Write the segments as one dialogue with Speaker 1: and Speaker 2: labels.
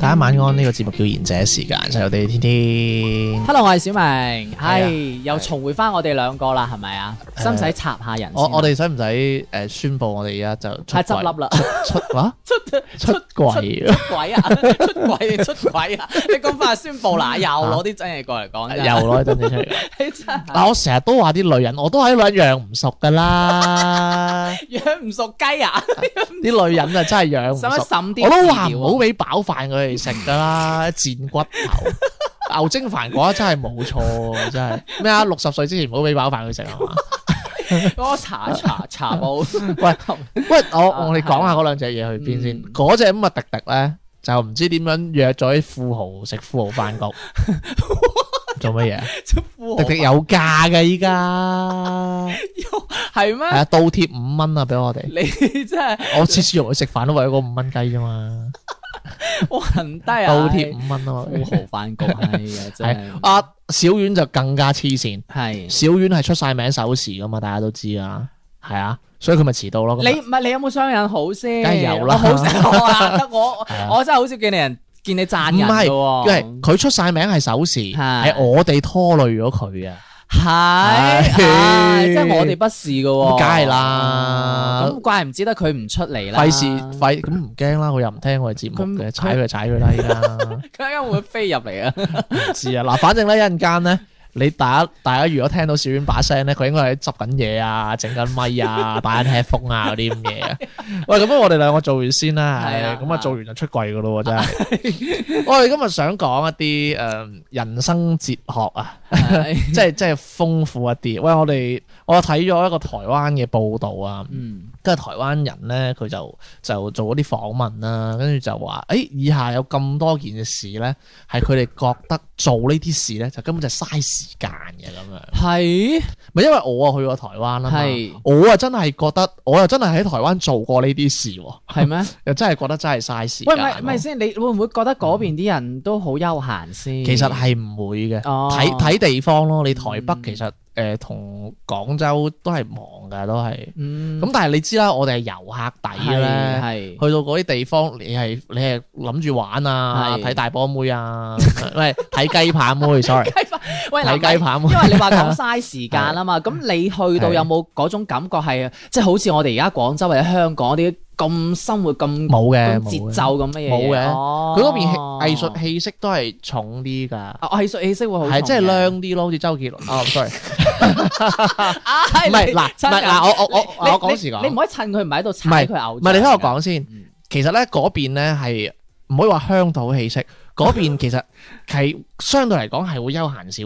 Speaker 1: 大家晚安。呢、個節目叫賢者時間，就係我哋天天。
Speaker 2: Hello，我係小明，
Speaker 1: 啊
Speaker 2: 係又重回翻我哋兩個啦，係咪啊？
Speaker 1: 誒
Speaker 2: 使唔使插下人先啊？
Speaker 1: 我我哋使唔使誒宣佈我哋而家就出
Speaker 2: 係
Speaker 1: 櫃
Speaker 2: 執笠啦，
Speaker 1: 出出啊
Speaker 2: 出
Speaker 1: 出
Speaker 2: 出
Speaker 1: 櫃
Speaker 2: 軌啊！出軌定出軌啊！你咁快宣佈啦，又攞啲真嘢過嚟講真係，
Speaker 1: 啊又攞啲真嘢出嚟。
Speaker 2: 你真係
Speaker 1: 嗱，我成日都話啲女人，我都係啲女人養唔熟噶 啦。
Speaker 2: 養唔熟雞啊！
Speaker 1: 啲女人啊，真係養唔
Speaker 2: 使唔使
Speaker 1: 熟。
Speaker 2: 審啲
Speaker 1: 我都話
Speaker 2: 資料啊
Speaker 1: 唔好俾飽飯佢哋食噶啦，賤骨頭。牛精飯嗰一真係冇錯，真係咩啊？六十歲之前唔好俾飽飯佢食係嘛？
Speaker 2: 我查查查報，
Speaker 1: 喂，
Speaker 2: 啊
Speaker 1: 我我哋講下嗰兩隻嘢去邊先。
Speaker 2: 嗯
Speaker 1: 嗰只咁嘅迪迪咧，就唔知點樣約咗啲富豪食富豪飯 局，做乜嘢？啊
Speaker 2: 出富豪
Speaker 1: 迪迪有價嘅 依家，係
Speaker 2: 係咩？
Speaker 1: 啊，倒貼五蚊啊，俾我 哋。
Speaker 2: 你真係
Speaker 1: 我次次同佢食飯都為咗嗰五蚊雞啫嘛，
Speaker 2: 我痕低啊！
Speaker 1: 倒貼五蚊啊嘛。
Speaker 2: 富 豪翻工，係啊，真
Speaker 1: 係
Speaker 2: 係
Speaker 1: 啊，小丸就更加黐線。
Speaker 2: 係。
Speaker 1: 小丸係出晒名守時噶嘛，大家都知啊，係啊，所以佢咪遲到咯。咁
Speaker 2: 你唔係你有冇雙人好先？
Speaker 1: 梗係有啦
Speaker 2: 我好少我啊得我
Speaker 1: 係啊
Speaker 2: 我真係好少見你人見你讚人
Speaker 1: 唔係
Speaker 2: 㗎喎
Speaker 1: 因為佢出晒名係守時，
Speaker 2: 係
Speaker 1: 係我哋拖累咗佢啊。係
Speaker 2: 係係即係我哋不是㗎喎，
Speaker 1: 咁梗係啦
Speaker 2: 咁怪唔知得佢唔出嚟啦，
Speaker 1: 費事費咁唔驚啦，佢又唔聽我哋節目
Speaker 2: 佢
Speaker 1: 嘅，踩佢就踩佢啦，依 家
Speaker 2: 佢一陣會飛入 嚟啊！
Speaker 1: 唔知啊。嗱，反正咧一陣間咧，你大家大家如果聽到小丸把聲咧，佢應該係執緊嘢啊，整緊咪 啊，戴緊 headphone 啊嗰啲咁嘢啊。喂，咁樣我哋兩個做完先啦，
Speaker 2: 係啊
Speaker 1: 咁啊做完就出櫃噶咯喎，真係。 我哋今日想講一啲誒人生哲學啊。
Speaker 2: 係
Speaker 1: 即係即係豐富一啲。喂，我哋我睇咗一個台灣嘅報道啊，
Speaker 2: 嗯
Speaker 1: 跟住台灣人咧佢就就做嗰啲訪問啦，跟住就話：，誒、以下有咁多件事咧，係佢哋覺得做呢啲事咧就根本就嘥時間嘅咁樣。
Speaker 2: 係
Speaker 1: 咪因為我啊去過台灣啦嘛
Speaker 2: 係，
Speaker 1: 我啊真係覺得我又真係喺台灣做過呢啲事喎，
Speaker 2: 係咩？
Speaker 1: 又真係覺得真係嘥時間啊
Speaker 2: 喂，
Speaker 1: 咯。
Speaker 2: 咪咪先，你會唔會覺得嗰邊啲人都好休閒先？
Speaker 1: 其實係唔會嘅，
Speaker 2: 哦
Speaker 1: 睇睇、地方咯。你台
Speaker 2: 嗯
Speaker 1: 北其實誒同、廣州都係忙㗎，都係。
Speaker 2: 嗯，
Speaker 1: 咁但係你知啦，我哋係遊客底咧，
Speaker 2: 係
Speaker 1: 去到嗰啲地方，你係你係諗住玩啊，
Speaker 2: 係
Speaker 1: 睇大波妹啊， 喂睇雞扒妹，sorry，
Speaker 2: 係 喂嗱
Speaker 1: 睇雞扒妹
Speaker 2: 因。為你話 咁嘥時間啊嘛，咁你去到有冇嗰種感覺係，即係好似我哋而家廣州或者香港啲咁生活咁
Speaker 1: 冇嘅
Speaker 2: 咁
Speaker 1: 冇
Speaker 2: 節
Speaker 1: 嘅
Speaker 2: 奏咁嘅嘢？
Speaker 1: 冇嘅
Speaker 2: 哦
Speaker 1: 佢嗰邊氣藝術氣息都係重啲㗎，
Speaker 2: 啊，藝術氣息會好重
Speaker 1: 係
Speaker 2: 嘅，
Speaker 1: 即係 靚啲咯，好似周杰倫。哦，sorry，唔係
Speaker 2: 啊，
Speaker 1: 嗱，唔係嗱，我我我
Speaker 2: 你
Speaker 1: 我講時
Speaker 2: 你唔
Speaker 1: 講，
Speaker 2: 可以趁佢唔喺度踩佢偶像㗎
Speaker 1: 唔係你聽我，講先
Speaker 2: 嗯。
Speaker 1: 其實咧嗰邊咧係唔可以話鄉土氣息，嗰邊其實係相對嚟講係會休閒少
Speaker 2: 啊
Speaker 1: 少，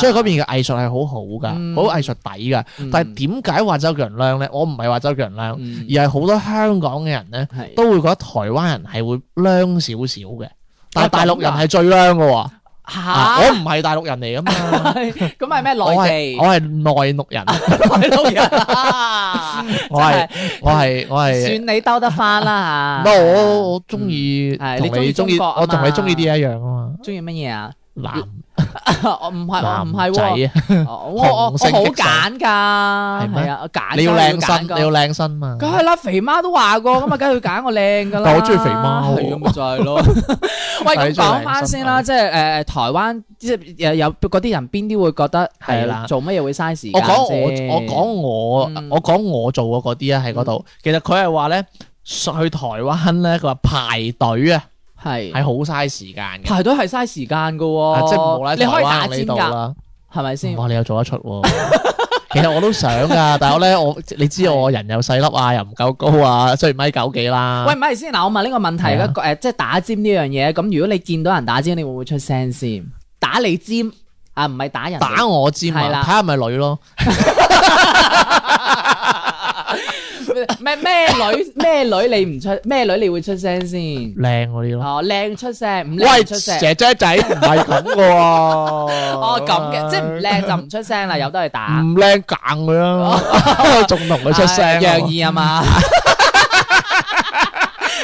Speaker 1: 所以嗰邊嘅藝術係好好㗎，
Speaker 2: 嗯
Speaker 1: 好藝術底㗎。
Speaker 2: 嗯
Speaker 1: 但係點解話周杰倫靚咧？我唔係話周杰倫靚，
Speaker 2: 嗯
Speaker 1: 而係好多香港嘅人咧
Speaker 2: 係
Speaker 1: 都會覺得台灣人係會靚少少嘅，但係
Speaker 2: 啊
Speaker 1: 大陸人係最靚嘅喎。啊
Speaker 2: 嚇
Speaker 1: 我唔係大陸人嚟噶嘛，
Speaker 2: 咁係咩
Speaker 1: 我係
Speaker 2: 內地
Speaker 1: 我係內陸 人，
Speaker 2: 內陸人啊？
Speaker 1: 我係我係我係。
Speaker 2: 算你兜得翻啦嚇。
Speaker 1: no，我我中意
Speaker 2: 啊嗯係
Speaker 1: 同
Speaker 2: 你
Speaker 1: 你
Speaker 2: 中
Speaker 1: 中
Speaker 2: 意
Speaker 1: 意，
Speaker 2: 中國啊嘛
Speaker 1: 我同你中意啲一樣啊
Speaker 2: 中意乜嘢啊？
Speaker 1: 嘛，
Speaker 2: 我唔係我唔
Speaker 1: 男男
Speaker 2: 係喎
Speaker 1: 仔。啊，
Speaker 2: 哦我我我好
Speaker 1: 雄性激素
Speaker 2: 揀
Speaker 1: 咩
Speaker 2: 㗎，係啊，我揀㗎
Speaker 1: 你要靚
Speaker 2: 揀
Speaker 1: 身，
Speaker 2: 㗎
Speaker 1: 你要靚身嘛，
Speaker 2: 梗係啦，肥媽都話過咁啊，梗係要揀個靚噶啦。
Speaker 1: 但我中意肥媽喎
Speaker 2: 係咁啊咪就係 咯。喂，
Speaker 1: 但
Speaker 2: 咁
Speaker 1: 你中意靚身
Speaker 2: 講翻先啦，即係誒台灣，即係誒有嗰啲人邊啲會覺得
Speaker 1: 係啦
Speaker 2: 誒做乜嘢會嘥時間
Speaker 1: 我講我
Speaker 2: 先
Speaker 1: 我講我、
Speaker 2: 嗯
Speaker 1: 我講我做過嗰啲啊喺嗰度，其實佢係話咧去台灣咧，佢話排隊啊
Speaker 2: 係
Speaker 1: 係好嘥時間嘅，
Speaker 2: 排隊係嘥時間㗎
Speaker 1: 啊
Speaker 2: 喎，
Speaker 1: 即係冇啦，
Speaker 2: 哦你可以打
Speaker 1: 呢
Speaker 2: 尖
Speaker 1: 度
Speaker 2: 㗎，
Speaker 1: 啦。
Speaker 2: 係咪先？
Speaker 1: 哇！你又做得出 喎，其實我都想㗎，但係我咧我你知我人又細粒啊，又唔夠高啊，雖然米九幾啦。
Speaker 2: 喂，唔係先嗱，我問呢個問題
Speaker 1: 係啊
Speaker 2: 咧，誒，即係打尖呢樣嘢，咁如果你見到人打尖，你會唔會出聲先？打你尖，啊，唔係打人哋，
Speaker 1: 打我尖
Speaker 2: 係
Speaker 1: 啊，
Speaker 2: 啦
Speaker 1: 睇下咪女咯，
Speaker 2: 咩咩女咩女你唔出咩女你會出聲先？
Speaker 1: 靚嗰啲咯。
Speaker 2: 哦，靚出聲，唔
Speaker 1: 喂，
Speaker 2: 靚出聲。
Speaker 1: 姐姐仔唔係咁噶喎。
Speaker 2: 哦
Speaker 1: 哦，
Speaker 2: 咁嘅，即係唔靚就唔出聲啦，由得佢打。
Speaker 1: 唔靚硬佢啦， 仲同佢出聲
Speaker 2: 唉
Speaker 1: 啊。
Speaker 2: 讓意啊嘛。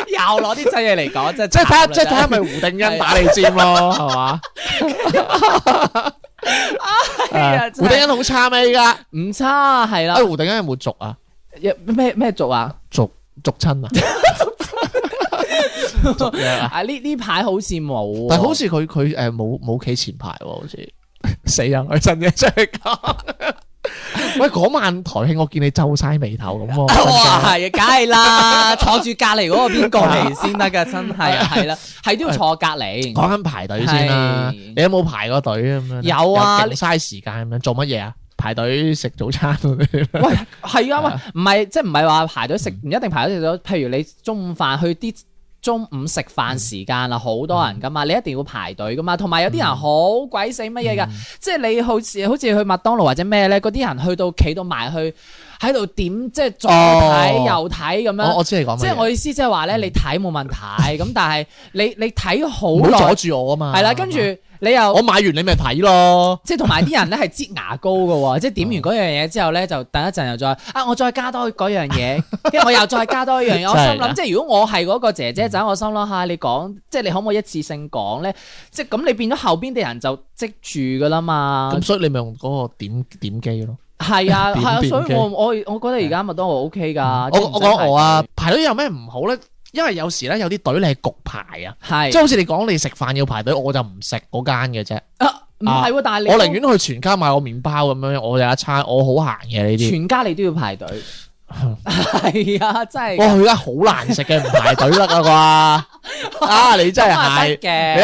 Speaker 2: 又攞啲真嘢嚟講，真係
Speaker 1: 即係睇
Speaker 2: 慘啦
Speaker 1: 下，即係睇下，咪胡定欣打你尖咯，係 嘛？
Speaker 2: 哎呀
Speaker 1: 誒啊胡定欣好差咩？依家？
Speaker 2: 真係唔差係啦
Speaker 1: 哎，。胡定欣有冇續啊？
Speaker 2: 有咩咩族啊？
Speaker 1: 續續 親啊？續約啊？
Speaker 2: 啊呢呢排好似冇喎，
Speaker 1: 但係好似佢佢誒冇冇企前排喎，好似 死人佢真嘢出去 講。喂，嗰晚台慶我見你皺晒眉頭咁
Speaker 2: 哇
Speaker 1: 喎，
Speaker 2: 係啊，梗係啦， 坐住隔離嗰個邊個嚟先得㗎，真係 啊，係啦，係都要坐隔離。
Speaker 1: 講緊排隊先啦。
Speaker 2: 係
Speaker 1: 你有冇排過隊咁樣？
Speaker 2: 有啊
Speaker 1: 又勁嘥時間咁樣做乜嘢啊？排隊食早餐嗰啲
Speaker 2: 喂，係啊，喂，唔係即係唔係話排隊食，唔一定排隊食咗。譬如你中午飯去啲中午食飯時間啦，啊好多人
Speaker 1: 嗯
Speaker 2: 噶嘛，你一定要排隊噶嘛。同埋有啲人好鬼死乜嘢
Speaker 1: 嗯
Speaker 2: 噶，即係你好似好似去麥當勞或者咩咧，嗰啲人去到企到埋去喺度點，即係左睇
Speaker 1: 哦
Speaker 2: 右睇咁
Speaker 1: 我
Speaker 2: 樣。
Speaker 1: 我啊知你嗯講乜嘢。
Speaker 2: 即係我意思，即係話咧，你睇冇問題，咁但係你你睇好
Speaker 1: 唔好
Speaker 2: 耐，
Speaker 1: 阻住我啊嘛。
Speaker 2: 係啦，跟住你又
Speaker 1: 我買完你咪睇咯。
Speaker 2: 即係同埋啲人咧係擠牙膏嘅 喎，即係點完嗰樣嘢之後咧，就等一陣又再啊，我再加多嗰樣 嘢，跟住我又再加多一樣嘢。我心
Speaker 1: 真係㗎
Speaker 2: 諗，即係如果我係嗰個姐姐仔，我心諗嚇你講，即係你可唔可以一次性講咧？即係咁，你變咗後邊啲人就積住噶啦嘛
Speaker 1: 咁。所以你咪用嗰個點點機咯。
Speaker 2: 係啊，
Speaker 1: 點
Speaker 2: 係啊，
Speaker 1: 變
Speaker 2: 所以
Speaker 1: 機
Speaker 2: 我我我覺得而家麥當勞 O K 㗎。
Speaker 1: 我我講我啊，排隊有咩唔好咧？因為有時咧有啲隊你係焗排啊，
Speaker 2: 係，
Speaker 1: 即係好似你講你食飯要排隊，我就唔食嗰間嘅啫。
Speaker 2: 啊唔係喎，但係你
Speaker 1: 我寧願去全家買個麵包咁樣，我有一餐我好閒嘅呢啲。
Speaker 2: 全家你都 要排隊。係啊，真係
Speaker 1: 哇！佢而家好難食嘅，唔排隊得啦 啩？啊！你真
Speaker 2: 咁啊
Speaker 1: 係
Speaker 2: 得
Speaker 1: 蟹，
Speaker 2: 嘅，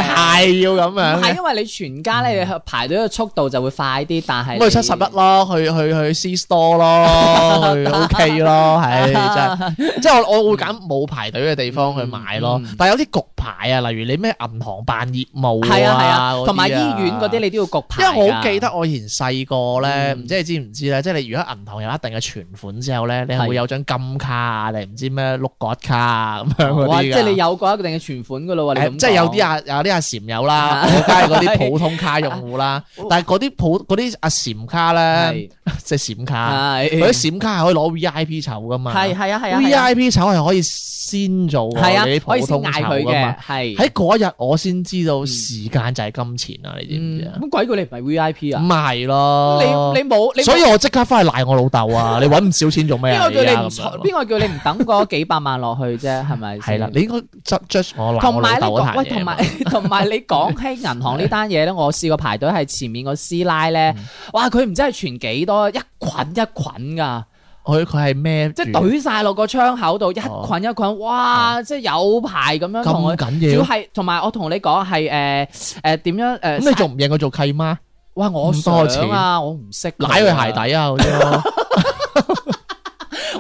Speaker 1: 你蟹要咁
Speaker 2: 唔
Speaker 1: 樣
Speaker 2: 係
Speaker 1: 嘅。
Speaker 2: 因為你全家咧，你排隊嘅速度就會快啲，但係
Speaker 1: 嗯咁去七十一咯，去去去 C store 咯，去 OK 咯，係真係。 即係我我會揀冇排隊嘅地方去買咯，
Speaker 2: 嗯嗯
Speaker 1: 但係有啲焗排啊，例如你咩銀行辦業務
Speaker 2: 係啊係
Speaker 1: 啊
Speaker 2: 啊，，同埋醫院嗰啲
Speaker 1: 你。
Speaker 2: 你都要焗排
Speaker 1: 因
Speaker 2: 㗎。
Speaker 1: 為我好記得我以前細個咧，
Speaker 2: 嗯
Speaker 1: 唔知你知唔知咧？即係你如果銀行有一定嘅存款之後咧，你係
Speaker 2: 係
Speaker 1: 會有張金卡啊，定唔知咩碌角卡啊咁樣嗰啲
Speaker 2: 哇，即
Speaker 1: 㗎
Speaker 2: 係你有過一定嘅存款㗎咯喎，啊你
Speaker 1: 誒
Speaker 2: 咁
Speaker 1: 即係有
Speaker 2: 講啊
Speaker 1: 啲阿有啲阿禪有啦，
Speaker 2: 係
Speaker 1: 我梗係嗰啲普通卡用 戶啦，但係嗰啲普嗰啲阿禪卡咧，
Speaker 2: 哦係 啊
Speaker 1: 即係閃卡，
Speaker 2: 係
Speaker 1: 啊嗰啲閃卡係可以攞 V I P 籌噶嘛。
Speaker 2: 係係啊係啊
Speaker 1: V
Speaker 2: 係啊
Speaker 1: I P 籌係可以先做我
Speaker 2: 係
Speaker 1: 哋
Speaker 2: 啊，可
Speaker 1: 啲
Speaker 2: 以
Speaker 1: 普
Speaker 2: 先
Speaker 1: 通
Speaker 2: 嗌
Speaker 1: 籌
Speaker 2: 佢
Speaker 1: 噶嘛
Speaker 2: 嘅。嗯係
Speaker 1: 喺嗰日我先知道時間就係金錢啊！你知唔知啊
Speaker 2: 嗯？咁鬼叫你唔係 V I P
Speaker 1: 唔
Speaker 2: 啊？
Speaker 1: 係咯，
Speaker 2: 嗯你你冇你冇
Speaker 1: 所以我即刻翻去賴我老豆啊！你揾唔少錢做咩
Speaker 2: 邊
Speaker 1: 啊？
Speaker 2: 個叫你唔
Speaker 1: 而家咁樣
Speaker 2: 邊個叫你唔等嗰幾百萬落去啫？係咪先？
Speaker 1: 係啦，你應該 ju- judge 我賴
Speaker 2: 同
Speaker 1: 我
Speaker 2: 埋
Speaker 1: 老
Speaker 2: 你
Speaker 1: 豆嗰
Speaker 2: 講，
Speaker 1: 壇
Speaker 2: 喂，
Speaker 1: 嘢啊
Speaker 2: 同埋
Speaker 1: 嘛
Speaker 2: 同埋你講起銀行呢單嘢咧，我試過排隊係前面個師奶咧，
Speaker 1: 嗯
Speaker 2: 哇！佢唔知係存幾多，一捆一捆㗎，
Speaker 1: 佢佢係咩？
Speaker 2: 即係懟晒落個窗口度，一
Speaker 1: 哦
Speaker 2: 捆一捆，哇！即係有排咁樣同
Speaker 1: 咁
Speaker 2: 佢。
Speaker 1: 緊
Speaker 2: 主要
Speaker 1: 要，
Speaker 2: 係同埋我同你講係誒誒點樣誒？
Speaker 1: 咁你仲唔認佢做契媽？
Speaker 2: 哇！我
Speaker 1: 咁多
Speaker 2: 想啊，我唔識
Speaker 1: 舐佢鞋，底啊嗰啲 咯，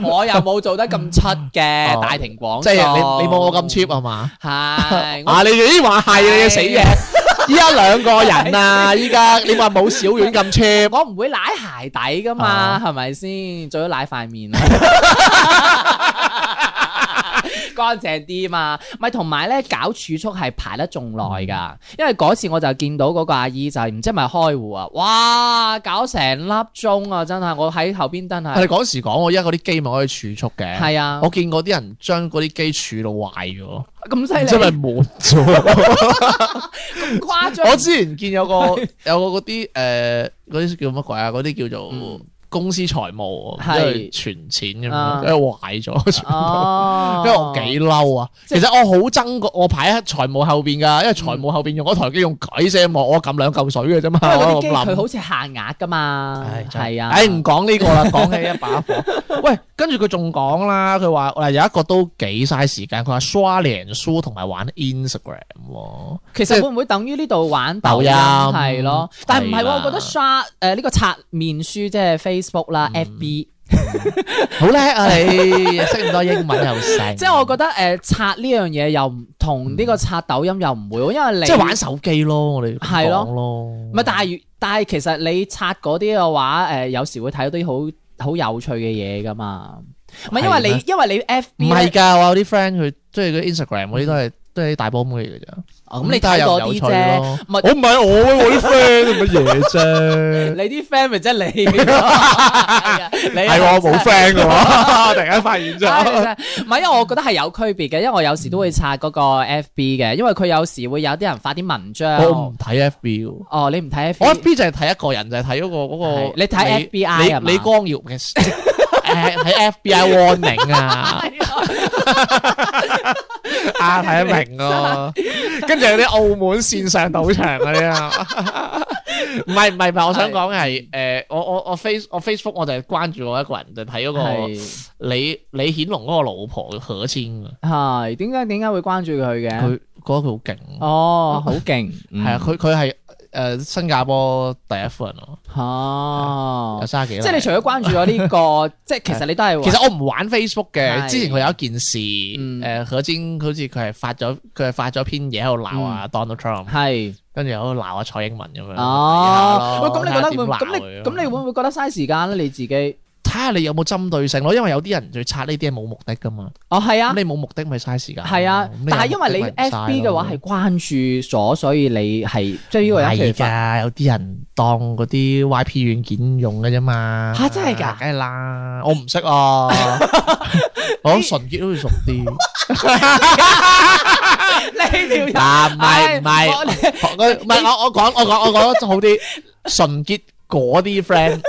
Speaker 2: 我又冇做得咁出嘅
Speaker 1: 哦
Speaker 2: 大庭廣眾，
Speaker 1: 即係你你冇我咁 cheap 係嘛？
Speaker 2: 係我
Speaker 1: 啊！你哋啲話係你嘅死嘢，依家兩個人 啊！依家你話冇小丸咁 cheap，
Speaker 2: 我唔會舐鞋底噶嘛，
Speaker 1: 啊
Speaker 2: 係咪先？最好舐塊面啊，乾淨啲嘛。咪同埋咧，搞儲蓄係排得仲耐㗎，因為嗰次我就見到嗰個阿姨就係唔知係咪開户啊，哇，搞成粒鐘啊，真係我喺後邊真
Speaker 1: 但係
Speaker 2: 係，
Speaker 1: 講時講，我依家嗰啲機咪可以儲蓄嘅。
Speaker 2: 係啊
Speaker 1: 我，見過啲人將嗰啲機儲到壞咗，
Speaker 2: 咁犀
Speaker 1: 真係
Speaker 2: 利，
Speaker 1: 滿咗。
Speaker 2: 咁誇張，
Speaker 1: 我之前見有個有個嗰啲誒嗰啲叫乜鬼啊？嗰啲叫做
Speaker 2: 嗯
Speaker 1: 公司財務，
Speaker 2: 係
Speaker 1: 因為存錢咁
Speaker 2: 啊
Speaker 1: 樣，因為壞咗全部。
Speaker 2: 哦
Speaker 1: 因，為我幾嬲啊！
Speaker 2: 即
Speaker 1: 其實我好憎個我排喺財務後邊㗎，因為財務後邊用嗰台機用鬼死望我撳兩嚿水嘅啫嘛，
Speaker 2: 因為嗰啲
Speaker 1: 我
Speaker 2: 機
Speaker 1: 咁
Speaker 2: 佢
Speaker 1: 諗。
Speaker 2: 好似限額㗎嘛
Speaker 1: 唉，真
Speaker 2: 係啊，
Speaker 1: 唉，唔講呢個啦，講起一把火。 喂，跟住佢仲講啦，佢話嗱有一個都幾嘥時間，佢話刷臉書同埋玩 Instagram 喎。
Speaker 2: 其實會唔會等於呢度玩抖
Speaker 1: 抖
Speaker 2: 音
Speaker 1: 音
Speaker 2: 係咯？但係唔係
Speaker 1: 係
Speaker 2: 喎，
Speaker 1: 啦
Speaker 2: 我覺得刷誒呢個刷面書即係 Facebook 啦、FB，即
Speaker 1: 嗯好叻啊你，識咁多英文又成。
Speaker 2: 係我覺得誒刷呢樣嘢又唔同呢個刷抖音又唔會喎，因為你
Speaker 1: 即係玩手機咯，我哋
Speaker 2: 係
Speaker 1: 係
Speaker 2: 咯
Speaker 1: 咯，
Speaker 2: 唔係，但係但係其實你刷嗰啲嘅話，诶、有時會睇到啲好好有趣嘅嘢噶嘛。唔係因為
Speaker 1: 係
Speaker 2: 你
Speaker 1: 咩
Speaker 2: 因為你 F
Speaker 1: 唔
Speaker 2: B
Speaker 1: 係㗎，我有啲 friend 佢即係佢 Instagram 嗰啲都係都係啲大波妹嚟㗎咋。
Speaker 2: 咁你睇多啲啫。唔係
Speaker 1: 我唔係我喎，我啲 friend 乜嘢啫？
Speaker 2: 你啲 friend 咪即係你， 你
Speaker 1: 係喎我冇 friend 嘅喎，突然間發 現咗。
Speaker 2: 唔係，因為我覺得係有區別嘅，因為我有時都會刷嗰個 FB 嘅，因為佢有時會有啲人發啲文章。
Speaker 1: 我唔睇 FB 喎。
Speaker 2: 哦，你唔睇 FB，
Speaker 1: 我 FB 就係睇一個人，就係睇嗰個嗰個
Speaker 2: 係你睇
Speaker 1: 李
Speaker 2: FBI 係嘛
Speaker 1: 李李光耀嘅誒睇 FBI warning à. 啊，啊睇得明咯。跟住有啲澳門線上賭場嗰啲啊，唔係唔係唔係，我想講係誒，我我我 Face 我 Facebook 我就係關注我一個人，就睇嗰個
Speaker 2: 係
Speaker 1: 李李顯龍嗰個老婆何千啊，
Speaker 2: 係點解點解會關注佢嘅？
Speaker 1: 佢覺得佢好勁，
Speaker 2: 哦，好勁，
Speaker 1: 係啊，佢佢係誒新加坡第一夫人咯，
Speaker 2: 嗯，哦
Speaker 1: 有，卅幾
Speaker 2: 即
Speaker 1: 啦。
Speaker 2: 係你除咗關注 咗呢個，即係其實你都係
Speaker 1: 其實我唔玩 Facebook 嘅，
Speaker 2: 係
Speaker 1: 之前佢有一件事，
Speaker 2: 嗯
Speaker 1: 誒何晶好似佢係發咗佢係發咗篇嘢喺度鬧
Speaker 2: 嗯
Speaker 1: 啊 Donald Trump，
Speaker 2: 係
Speaker 1: 跟住喺度鬧啊蔡英文咁樣。
Speaker 2: 哦。喂，
Speaker 1: 睇下咯
Speaker 2: 咁你覺得會
Speaker 1: 睇下點鬧
Speaker 2: 咁你
Speaker 1: 佢啊
Speaker 2: 咁你會唔會覺得嘥時間咧？你自己
Speaker 1: 睇下你有冇針對性咯？因為有啲人去刷呢啲係冇目的噶嘛，
Speaker 2: 哦係啊
Speaker 1: 咁。你冇目的咪嘥時間咯。
Speaker 2: 係啊
Speaker 1: 咁，你
Speaker 2: 但係因為
Speaker 1: 有
Speaker 2: 你
Speaker 1: 目的咪唔
Speaker 2: FB
Speaker 1: 嘥
Speaker 2: 嘅
Speaker 1: 咯
Speaker 2: 話係關注咗，所以你係即係呢個有
Speaker 1: 係
Speaker 2: 其法。
Speaker 1: 㗎，有啲人當嗰啲 YP 軟件用嘅啫嘛。
Speaker 2: 嚇真係㗎
Speaker 1: 梗係啦，我唔識 啊，我諗純潔好似熟啲。
Speaker 2: 呢條
Speaker 1: 嗱，唔係唔係。
Speaker 2: 我 哋
Speaker 1: 我唔係我我講我講我講得好啲，純潔嗰啲 friend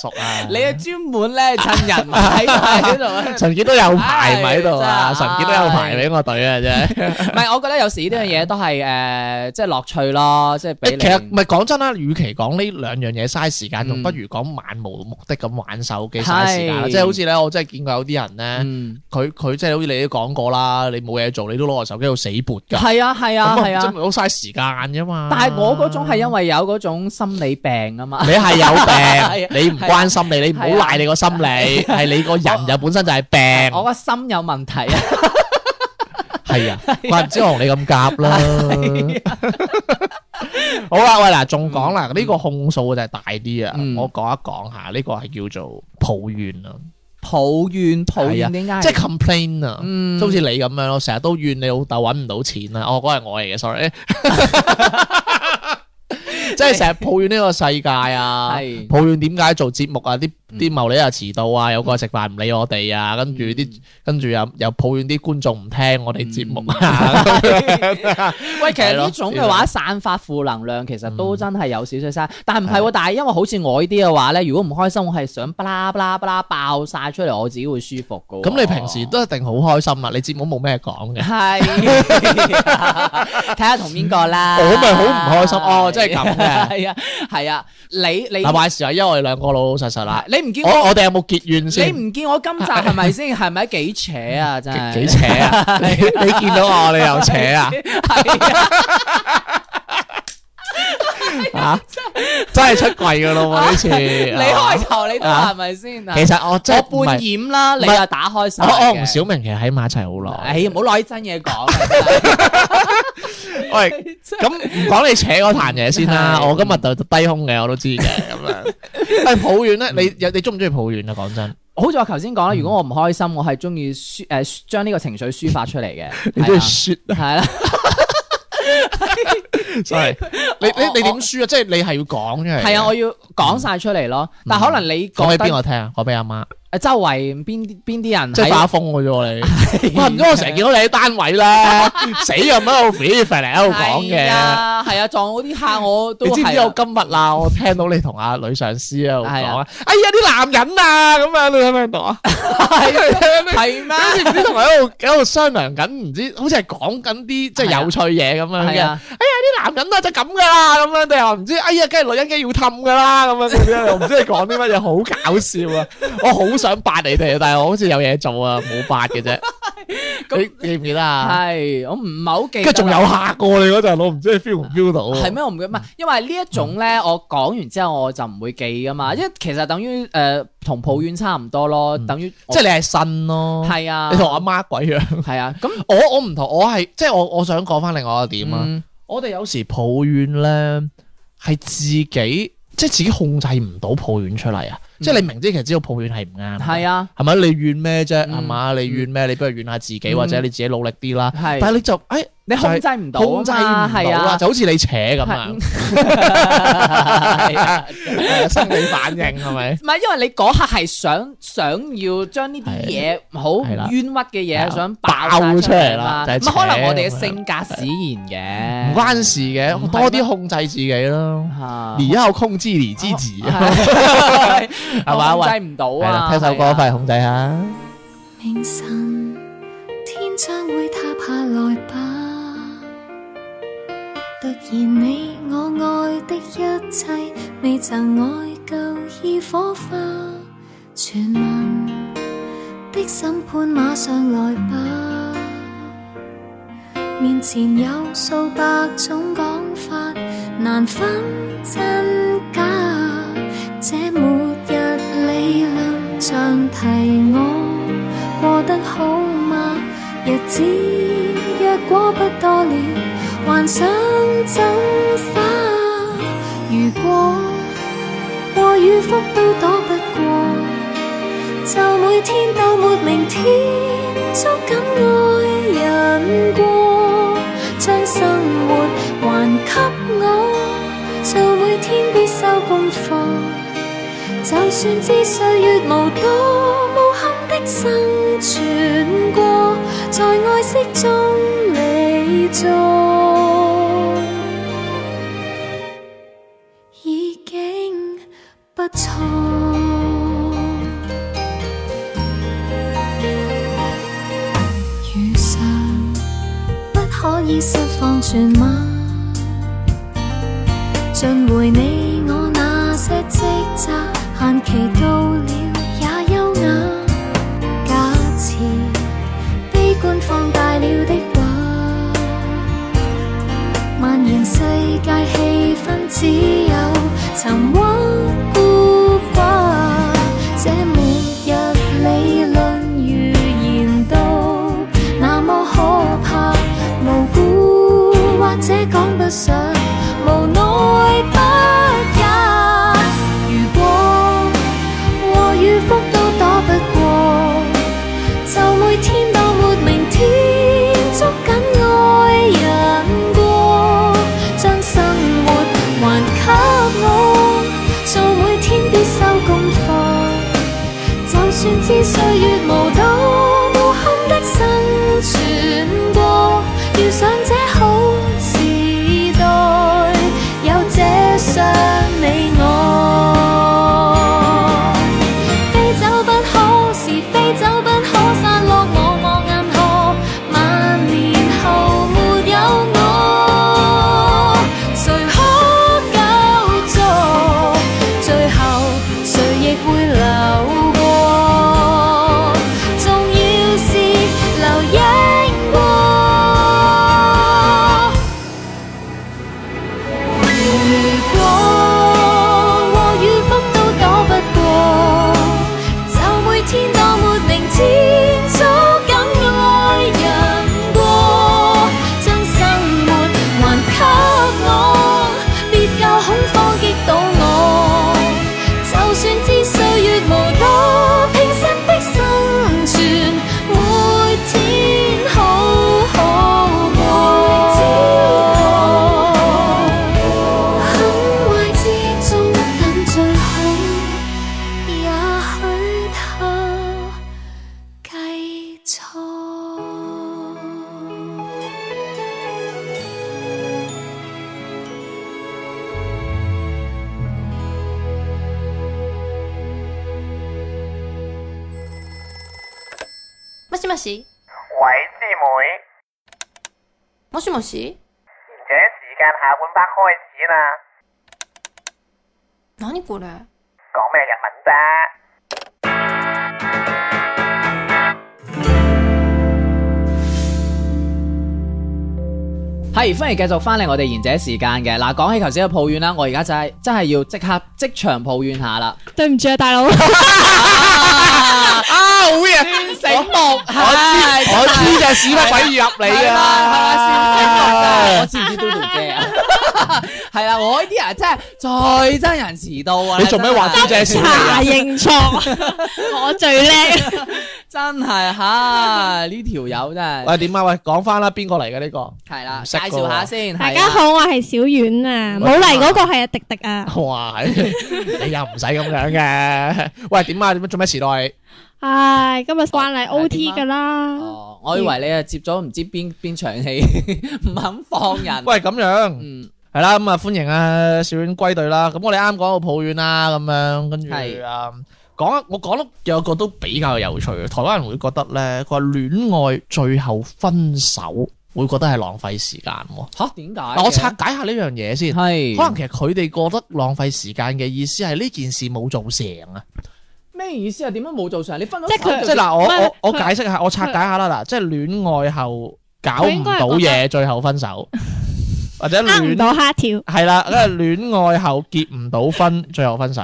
Speaker 1: 熟啊。
Speaker 2: 你係專門咧趁人唔喺喺 度啊
Speaker 1: 純潔都有排咪喺度啊，
Speaker 2: 唉真
Speaker 1: 純
Speaker 2: 係
Speaker 1: 潔都有排俾我隊啊，啫。
Speaker 2: 唔係，我覺得有時呢樣嘢都係誒，即係樂趣咯，即係 俾你。
Speaker 1: 其實唔係講真啦，與其講呢兩樣嘢嘥時間，仲
Speaker 2: 嗯
Speaker 1: 不如講漫無目的咁玩手機嘥時間啦。
Speaker 2: 係
Speaker 1: 即係好似咧，我真係見過有啲人咧，
Speaker 2: 嗯，
Speaker 1: 佢佢即係好似你都講過啦，你冇嘢做，你都攞個手機喺度死撥㗎。
Speaker 2: 係啊，係啊，
Speaker 1: 咁
Speaker 2: 係
Speaker 1: 真
Speaker 2: 啊
Speaker 1: 係。好嘥時間啫嘛。
Speaker 2: 但係我嗰種係因為有嗰種心理病啊嘛。
Speaker 1: 你係
Speaker 2: 係
Speaker 1: 有
Speaker 2: 啊
Speaker 1: 病，你唔關心你，你唔好賴你個心理，係你個人就本身就係
Speaker 2: 我
Speaker 1: 病。
Speaker 2: 個心有問題啊！
Speaker 1: 係啊，怪唔知我同你咁夾啦。好啦，喂嗱，仲講啦，呢個控訴就係大啲啊
Speaker 2: 嗯。
Speaker 1: 我講一講下，呢個係叫做抱怨啊，
Speaker 2: 抱怨抱
Speaker 1: 係啊
Speaker 2: 怨點解？
Speaker 1: 即係 complain 啊。
Speaker 2: 嗯
Speaker 1: 即好似你咁樣咯，成日都怨你老豆揾唔到錢啊！哦，嗰係我嚟嘅，sorry。即係成日抱怨呢個世界啊
Speaker 2: 係，嗯
Speaker 1: 抱怨點解做節目啊，啲啲茂利又遲到啊，有個食飯唔理我哋啊，跟住啲跟住又又抱怨啲觀眾唔聽我哋節目
Speaker 2: 嗯
Speaker 1: 啊，
Speaker 2: 喂，其實
Speaker 1: 係咯
Speaker 2: 呢種嘅話散發負能量，其實都真係有少少嘥。但係唔係喎？但係因為好似我呢啲嘅話咧，如果唔開心，我係想巴拉巴拉巴拉爆晒出嚟，我自己會舒服噶。
Speaker 1: 咁你平時都一定好開心啊啦，你節目冇咩講嘅。
Speaker 2: 係睇下同邊個啦。
Speaker 1: 我咪好唔開心哦真係咁嘅
Speaker 2: 係啊，係啊，你你
Speaker 1: 嗱，壞事係因為我哋兩個老老實實啦，
Speaker 2: 你唔見
Speaker 1: 我
Speaker 2: 我
Speaker 1: 我哋有冇結怨
Speaker 2: 你
Speaker 1: 先？
Speaker 2: 唔見我今集係 咪先？係咪幾扯啊？真係
Speaker 1: 幾扯 啊！你你見到我你又扯啊！
Speaker 2: 係啊！
Speaker 1: 吓， 真係出櫃噶咯喎呢次。
Speaker 2: 你
Speaker 1: 你
Speaker 2: 開頭你都話係咪先啊？
Speaker 1: 其實我真係
Speaker 2: 我
Speaker 1: 唔
Speaker 2: 半
Speaker 1: 係
Speaker 2: 掩啦，你
Speaker 1: 唔係
Speaker 2: 又打開晒
Speaker 1: 我我
Speaker 2: 嘅
Speaker 1: 同小明其實喺埋一齊好耐。
Speaker 2: 唉，唔好攞啲真嘢講 啦。
Speaker 1: 喂，咁唔講你扯嗰壇嘢先啦。
Speaker 2: 係
Speaker 1: 我今日就低胸嘅，我都知嘅咁 樣。但係抱怨咧，你有你中唔中意抱怨啊？講真，
Speaker 2: 好似我頭先講啦，如果我唔開心，我係中意抒誒將呢個情緒抒發出嚟嘅。
Speaker 1: 你中意説啊？
Speaker 2: 係啦，
Speaker 1: 真 係你你你點輸啊？即係你係要講出嚟嘅。
Speaker 2: 係啊，我要講晒出嚟咯。但可能你
Speaker 1: 嗯講俾
Speaker 2: 覺得
Speaker 1: 邊個聽啊？講俾阿媽，
Speaker 2: 誒周圍邊啲邊啲人
Speaker 1: 即係
Speaker 2: 喺
Speaker 1: 發瘋嘅啫 喎你。哇唔通我成日見到你喺單位啦，死咁喺度 free 嚟喺度講
Speaker 2: 係
Speaker 1: 嘅。
Speaker 2: 啊，係啊，撞到啲客我都
Speaker 1: 你知唔知
Speaker 2: 係
Speaker 1: 我
Speaker 2: 啊
Speaker 1: 今日啊，我聽到你同阿女上司喺度
Speaker 2: 係
Speaker 1: 講
Speaker 2: 啊
Speaker 1: 啊，哎呀啲男人啊咁樣，你聽唔聽到啊？
Speaker 2: 係啊咩？
Speaker 1: 你知唔知同佢喺度喺度商量緊，唔知好似係講緊啲即係有趣嘢咁樣
Speaker 2: 啊係
Speaker 1: 嘅。
Speaker 2: 啊，
Speaker 1: 啲男人啊就咁噶啦，咁樣你又唔知，哎呀，梗係女人梗係要氹噶啦，咁樣嗰 啲啊我唔知你講啲乜嘢，好搞笑啊！我好想八你哋，但係我好似有嘢做啊，冇八嘅啫。
Speaker 2: 咁
Speaker 1: 你記唔記得啊？
Speaker 2: 係我唔係好
Speaker 1: 跟
Speaker 2: 記得
Speaker 1: 住
Speaker 2: 啦。
Speaker 1: 仲有下過你嗰陣，我唔知你 feel 唔 feel 到啊。
Speaker 2: 係咩？我唔記得，唔係因為呢一種咧，我講完之後我就唔會記噶嘛，因為其實等於誒同抱怨差唔多咯，等於
Speaker 1: 即係你係信咯，
Speaker 2: 係啊，
Speaker 1: 你同我阿媽鬼樣。
Speaker 2: 係啊，咁
Speaker 1: 我我唔同，我係即係我我想講翻另外一個點啊。
Speaker 2: 嗯
Speaker 1: 我哋有時抱怨咧，係自己即係自己控制唔到抱怨出嚟啊！即係你明知其實知道抱怨係唔啱，
Speaker 2: 嗯係啊，
Speaker 1: 係咪？你怨咩啫？
Speaker 2: 嗯
Speaker 1: 係嘛？你怨咩？你不如怨下自己，
Speaker 2: 嗯
Speaker 1: 或者你自己努力啲啦。
Speaker 2: 係
Speaker 1: 但係你就誒，
Speaker 2: 你控制唔到啊嘛，
Speaker 1: 控制唔
Speaker 2: 係
Speaker 1: 到啦，
Speaker 2: 啊，
Speaker 1: 就好似你扯咁啊，
Speaker 2: 係啊
Speaker 1: 係啊 生理反應係 咪？
Speaker 2: 唔係，因為你嗰刻係想想要將呢啲嘢好
Speaker 1: 係啦
Speaker 2: 冤屈嘅
Speaker 1: 係
Speaker 2: 嘢
Speaker 1: 啊
Speaker 2: 想
Speaker 1: 爆
Speaker 2: 晒
Speaker 1: 出嚟啦
Speaker 2: 嘛
Speaker 1: 就係
Speaker 2: 咁可能
Speaker 1: 扯
Speaker 2: 我哋嘅
Speaker 1: 咁樣
Speaker 2: 性格使
Speaker 1: 唔
Speaker 2: 然嘅，
Speaker 1: 關事嘅
Speaker 2: 嗯唔係，
Speaker 1: 多
Speaker 2: 咩
Speaker 1: 啲控制自己咯。
Speaker 2: 啊
Speaker 1: 你要控制你自己，
Speaker 2: 係
Speaker 1: 係嘛？
Speaker 2: 我
Speaker 1: 喂，
Speaker 2: 控制唔到
Speaker 1: 啊係啦，
Speaker 2: 啊！
Speaker 1: 聽首
Speaker 2: 係
Speaker 1: 歌
Speaker 2: 啊
Speaker 1: 快控制下。
Speaker 3: 明晨，天將會塌下來吧。突然你我愛的一切，未曾愛夠已火化。全民的審判馬上來吧。面前有數百種講法，難分真假。這末日理論像提我。過得好嗎？日子若果不多了，幻想怎花？如果禍與福都躲不過，就每天鬥沒明天，捉緊愛人過，將生活還給我，做每天必修功課。就算知歲月無多，無憾的生存過，在愛惜中你做，已經不錯。如常不可以釋放全嗎？盡回你我那些職責，限期到了也優雅。假設悲觀放大了的話，蔓延世界氣氛只有沉鬱孤寡。這末日理論預言到那麼可怕，無辜或者講不上。無奈不也。如果禍與福都躲不過，就每天鬥沒明天，捉緊愛人過，將生活還給我，做每天必修功課。就算知歲月無多，無憾的生存過，遇上這好時代，有這雙你我。飛走不可，是飛走不可，散落我望銀河，萬年後沒有我，誰可救助？最後誰亦會流過，重要是留影過。如果禍與福都躲不過，就每天當沒明天，捉緊愛人過，將生活還給我，別教恐慌擊倒我。就算知歲月無多，拼死的生存，每天好好過。很壞之中等最好，也許他計錯。
Speaker 4: もしもし
Speaker 5: 喂，師
Speaker 4: も
Speaker 5: 妹，
Speaker 4: しもし
Speaker 5: 而且時間下半 part 開始啦，
Speaker 4: 何これ
Speaker 5: 講咩日文啫？
Speaker 2: 係，歡迎繼續翻嚟我哋賢者時間嘅嗱。講起頭先嘅抱怨啦，我而家真係真係要即刻即場抱怨下啦。
Speaker 6: 對唔住啊，大佬，
Speaker 1: 啊，好嘢！
Speaker 2: 醒目，係
Speaker 1: 我知就係屎忽鬼入你
Speaker 2: 係
Speaker 1: 啊！
Speaker 2: 啦係啦，先醒目啊！我知唔知嘟嘟姐啊？系啦，我呢啲人真係最憎人遲到啊！
Speaker 1: 你做咩話
Speaker 2: 真係
Speaker 1: 姑姐少嚟啊？
Speaker 6: 認錯， 我最
Speaker 2: 啊
Speaker 6: 叻。
Speaker 2: 真係吓呢條友真係
Speaker 1: 喂，點啊？喂，講翻啦，邊個嚟嘅呢個？
Speaker 2: 係啦，
Speaker 1: 唔
Speaker 2: 介
Speaker 1: 識㗎喎
Speaker 2: 紹下先。
Speaker 6: 大家好，我係小丸啊，
Speaker 1: 喂
Speaker 6: 冇嚟嗰個係阿迪迪啊。
Speaker 1: 哇，你又唔使咁樣嘅。喂，點啊？點做咩遲到你？
Speaker 6: 唉，今日慣例
Speaker 2: 哦
Speaker 6: O
Speaker 2: 點
Speaker 6: T
Speaker 2: 啊
Speaker 6: 噶啦。
Speaker 2: 哦，我以為你啊接咗唔知邊邊場戲，唔肯放人。
Speaker 1: 喂，咁樣。
Speaker 2: 嗯，
Speaker 1: 系啦，咁啊歡迎啊小丸歸隊啦。咁我哋啱講到抱怨啦，咁樣跟住
Speaker 2: 係
Speaker 1: 啊講，我講得有個都比較有趣嘅。台灣人會覺得咧，佢話戀愛最後分手會覺得係浪費時間喎。
Speaker 2: 吓點解嘅？
Speaker 1: 嗱，我拆解下呢樣嘢先。
Speaker 2: 係
Speaker 1: 可能其實佢哋覺得浪費時間嘅意思係呢件事冇做成啊。
Speaker 2: 咩意思啊？點樣冇做上？你分咗
Speaker 6: 即係佢
Speaker 2: 手
Speaker 1: 即係
Speaker 2: 就
Speaker 1: 嗱，我
Speaker 6: 唔係
Speaker 1: 我我
Speaker 6: 佢
Speaker 1: 解釋下，我拆解下啦。嗱，即係戀愛後搞
Speaker 6: 佢應
Speaker 1: 唔
Speaker 6: 該係
Speaker 1: 到
Speaker 6: 覺
Speaker 1: 嘢，最後 分手，或者
Speaker 6: 呃唔
Speaker 1: 戀
Speaker 6: 到蝦條，
Speaker 1: 系啦，因為戀愛後結唔到婚，最後分手；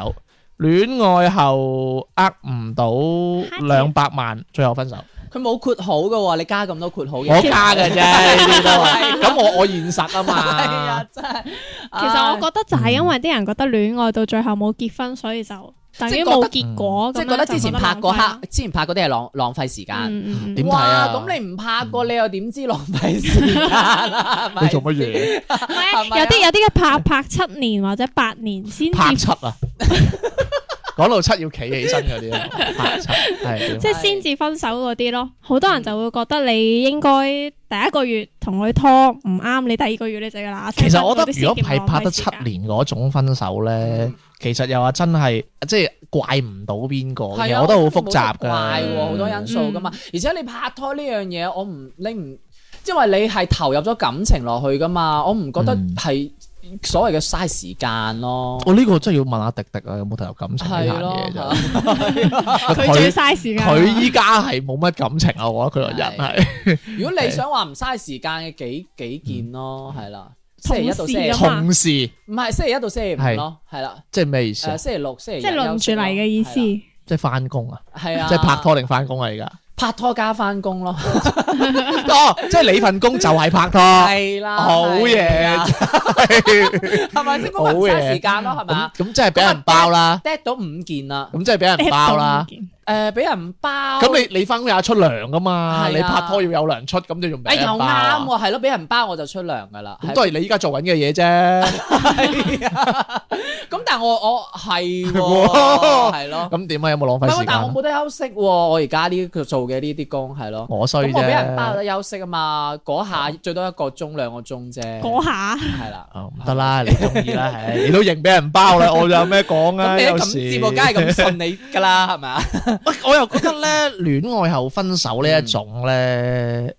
Speaker 1: 戀愛後呃唔到兩百萬，最後分手。
Speaker 2: 佢冇括號嘅喎，你加咁多括號嘅。
Speaker 1: 我加 嘅啫，呢啲都
Speaker 6: 啊
Speaker 1: 係
Speaker 2: 係
Speaker 1: 咁我我現實啊
Speaker 2: 係啊
Speaker 1: 嘛。，
Speaker 2: 真係。
Speaker 6: 其實我覺得就係因為啲人覺得戀愛到最後冇結婚，所以就等於冇結果。
Speaker 2: 嗯即
Speaker 6: 係
Speaker 2: 係覺得之前拍過
Speaker 6: 過
Speaker 2: 黑，之前拍嗰啲係浪浪費時間。
Speaker 6: 嗯嗯嗯
Speaker 1: 點睇啊
Speaker 2: 哇咁你唔拍過，你又點知浪費時間 啦？係咪
Speaker 1: 你做乜嘢？
Speaker 2: 係咪啊
Speaker 6: 有啲有啲嘅拍拍七年或者八年先
Speaker 1: 拍
Speaker 6: 至，
Speaker 1: 七啊！講到七要企起身嗰啲啊，拍七 係
Speaker 6: 即
Speaker 1: 點
Speaker 6: 係先至分手嗰啲咯。好多人就會覺得你應該第一個月同佢拖唔啱，你第二個月你就要嗱嗱聲
Speaker 1: 其
Speaker 6: 分
Speaker 1: 實
Speaker 6: 手
Speaker 1: 我覺得
Speaker 6: 啲先
Speaker 1: 如果
Speaker 6: 叫
Speaker 1: 係拍得
Speaker 6: 浪費時
Speaker 1: 七
Speaker 6: 間
Speaker 1: 年嗰種分手咧
Speaker 2: 嗯，
Speaker 1: 其實又話真係即係怪唔到邊個嘅，
Speaker 2: 係
Speaker 1: 哦其
Speaker 2: 啊，
Speaker 1: 實我覺得好複雜
Speaker 2: 冇得怪喎，
Speaker 1: 㗎。嗯
Speaker 2: 好多因素噶嘛。而且你拍拖呢樣嘢，我唔你唔，因為你係投入咗感情落去噶嘛，我唔覺得
Speaker 1: 嗯
Speaker 2: 係所謂嘅嘥時間咯。
Speaker 1: 我呢個真係要問下迪迪啊，有冇投入感情呢
Speaker 2: 係
Speaker 1: 樣
Speaker 2: 咯
Speaker 1: 嘢，啫？
Speaker 2: 係
Speaker 6: 佢最嘥時間。
Speaker 1: 佢依家係冇乜感情啊，我覺得佢個人係
Speaker 2: 如果 你想話唔嘥時間嘅幾幾
Speaker 1: 嗯
Speaker 2: 件咯，係啦，星期一到星期
Speaker 6: 同事咁啊
Speaker 1: 同事，即
Speaker 2: 唔係星期一到星期
Speaker 1: 係
Speaker 2: 五咯，係啦，
Speaker 1: 係咩意思啊
Speaker 2: 誒？星期六、星期日
Speaker 6: 即係輪住嚟嘅意思，
Speaker 2: 休息
Speaker 6: 即
Speaker 1: 即係翻工啊？
Speaker 2: 咯，係啊，
Speaker 1: 即係拍拖定啊翻工啊？而家
Speaker 2: 拍拖加翻工咯，
Speaker 1: 哦，即係你份工就係拍拖，
Speaker 2: 係啊啦，
Speaker 1: 好
Speaker 2: 係
Speaker 1: 嘢
Speaker 2: 啊，係咪先？咁咪唔
Speaker 1: 好嘢
Speaker 2: 嘥時間咯，係
Speaker 1: 咁
Speaker 2: 咪啊
Speaker 1: 咁真係俾人包啦，
Speaker 2: ？dead 到五件啦，
Speaker 1: 咁真係俾人包啦。
Speaker 2: 誒俾人包，
Speaker 1: 咁你你翻工有得出糧噶嘛？
Speaker 2: 係啊
Speaker 1: 你拍拖要有糧出，咁就用俾
Speaker 2: 誒
Speaker 1: 人
Speaker 2: 又
Speaker 1: 包
Speaker 2: 啱
Speaker 1: 啊。
Speaker 2: 喎，係咯，俾人包我就出糧噶啦，
Speaker 1: 咁
Speaker 2: 係
Speaker 1: 都係你依家做緊嘅嘢 啫。
Speaker 2: 咁但係我我係
Speaker 1: 哇
Speaker 2: 喎，係咯。
Speaker 1: 咁點啊？有冇浪
Speaker 2: 唔
Speaker 1: 費
Speaker 2: 係
Speaker 1: 時
Speaker 2: 喎，但係我
Speaker 1: 間？
Speaker 2: 冇得休息喎，我而家呢個做嘅呢啲工係咯。
Speaker 1: 我衰
Speaker 2: 咁我俾人包
Speaker 1: 啫。
Speaker 2: 得休息啊嘛，嗰下最多一個鐘兩個鐘啫，
Speaker 6: 嗰下
Speaker 2: 係啦。
Speaker 1: 哦唔得啦，你中意啦，唉你都認俾人包啦，我有咩講啊？
Speaker 2: 咁你
Speaker 1: 有
Speaker 2: 都咁
Speaker 1: 時
Speaker 2: 節目，梗係咁信你㗎啦，係咪啊？
Speaker 1: 喂，我又覺得 咧，戀愛後分手呢一種咧，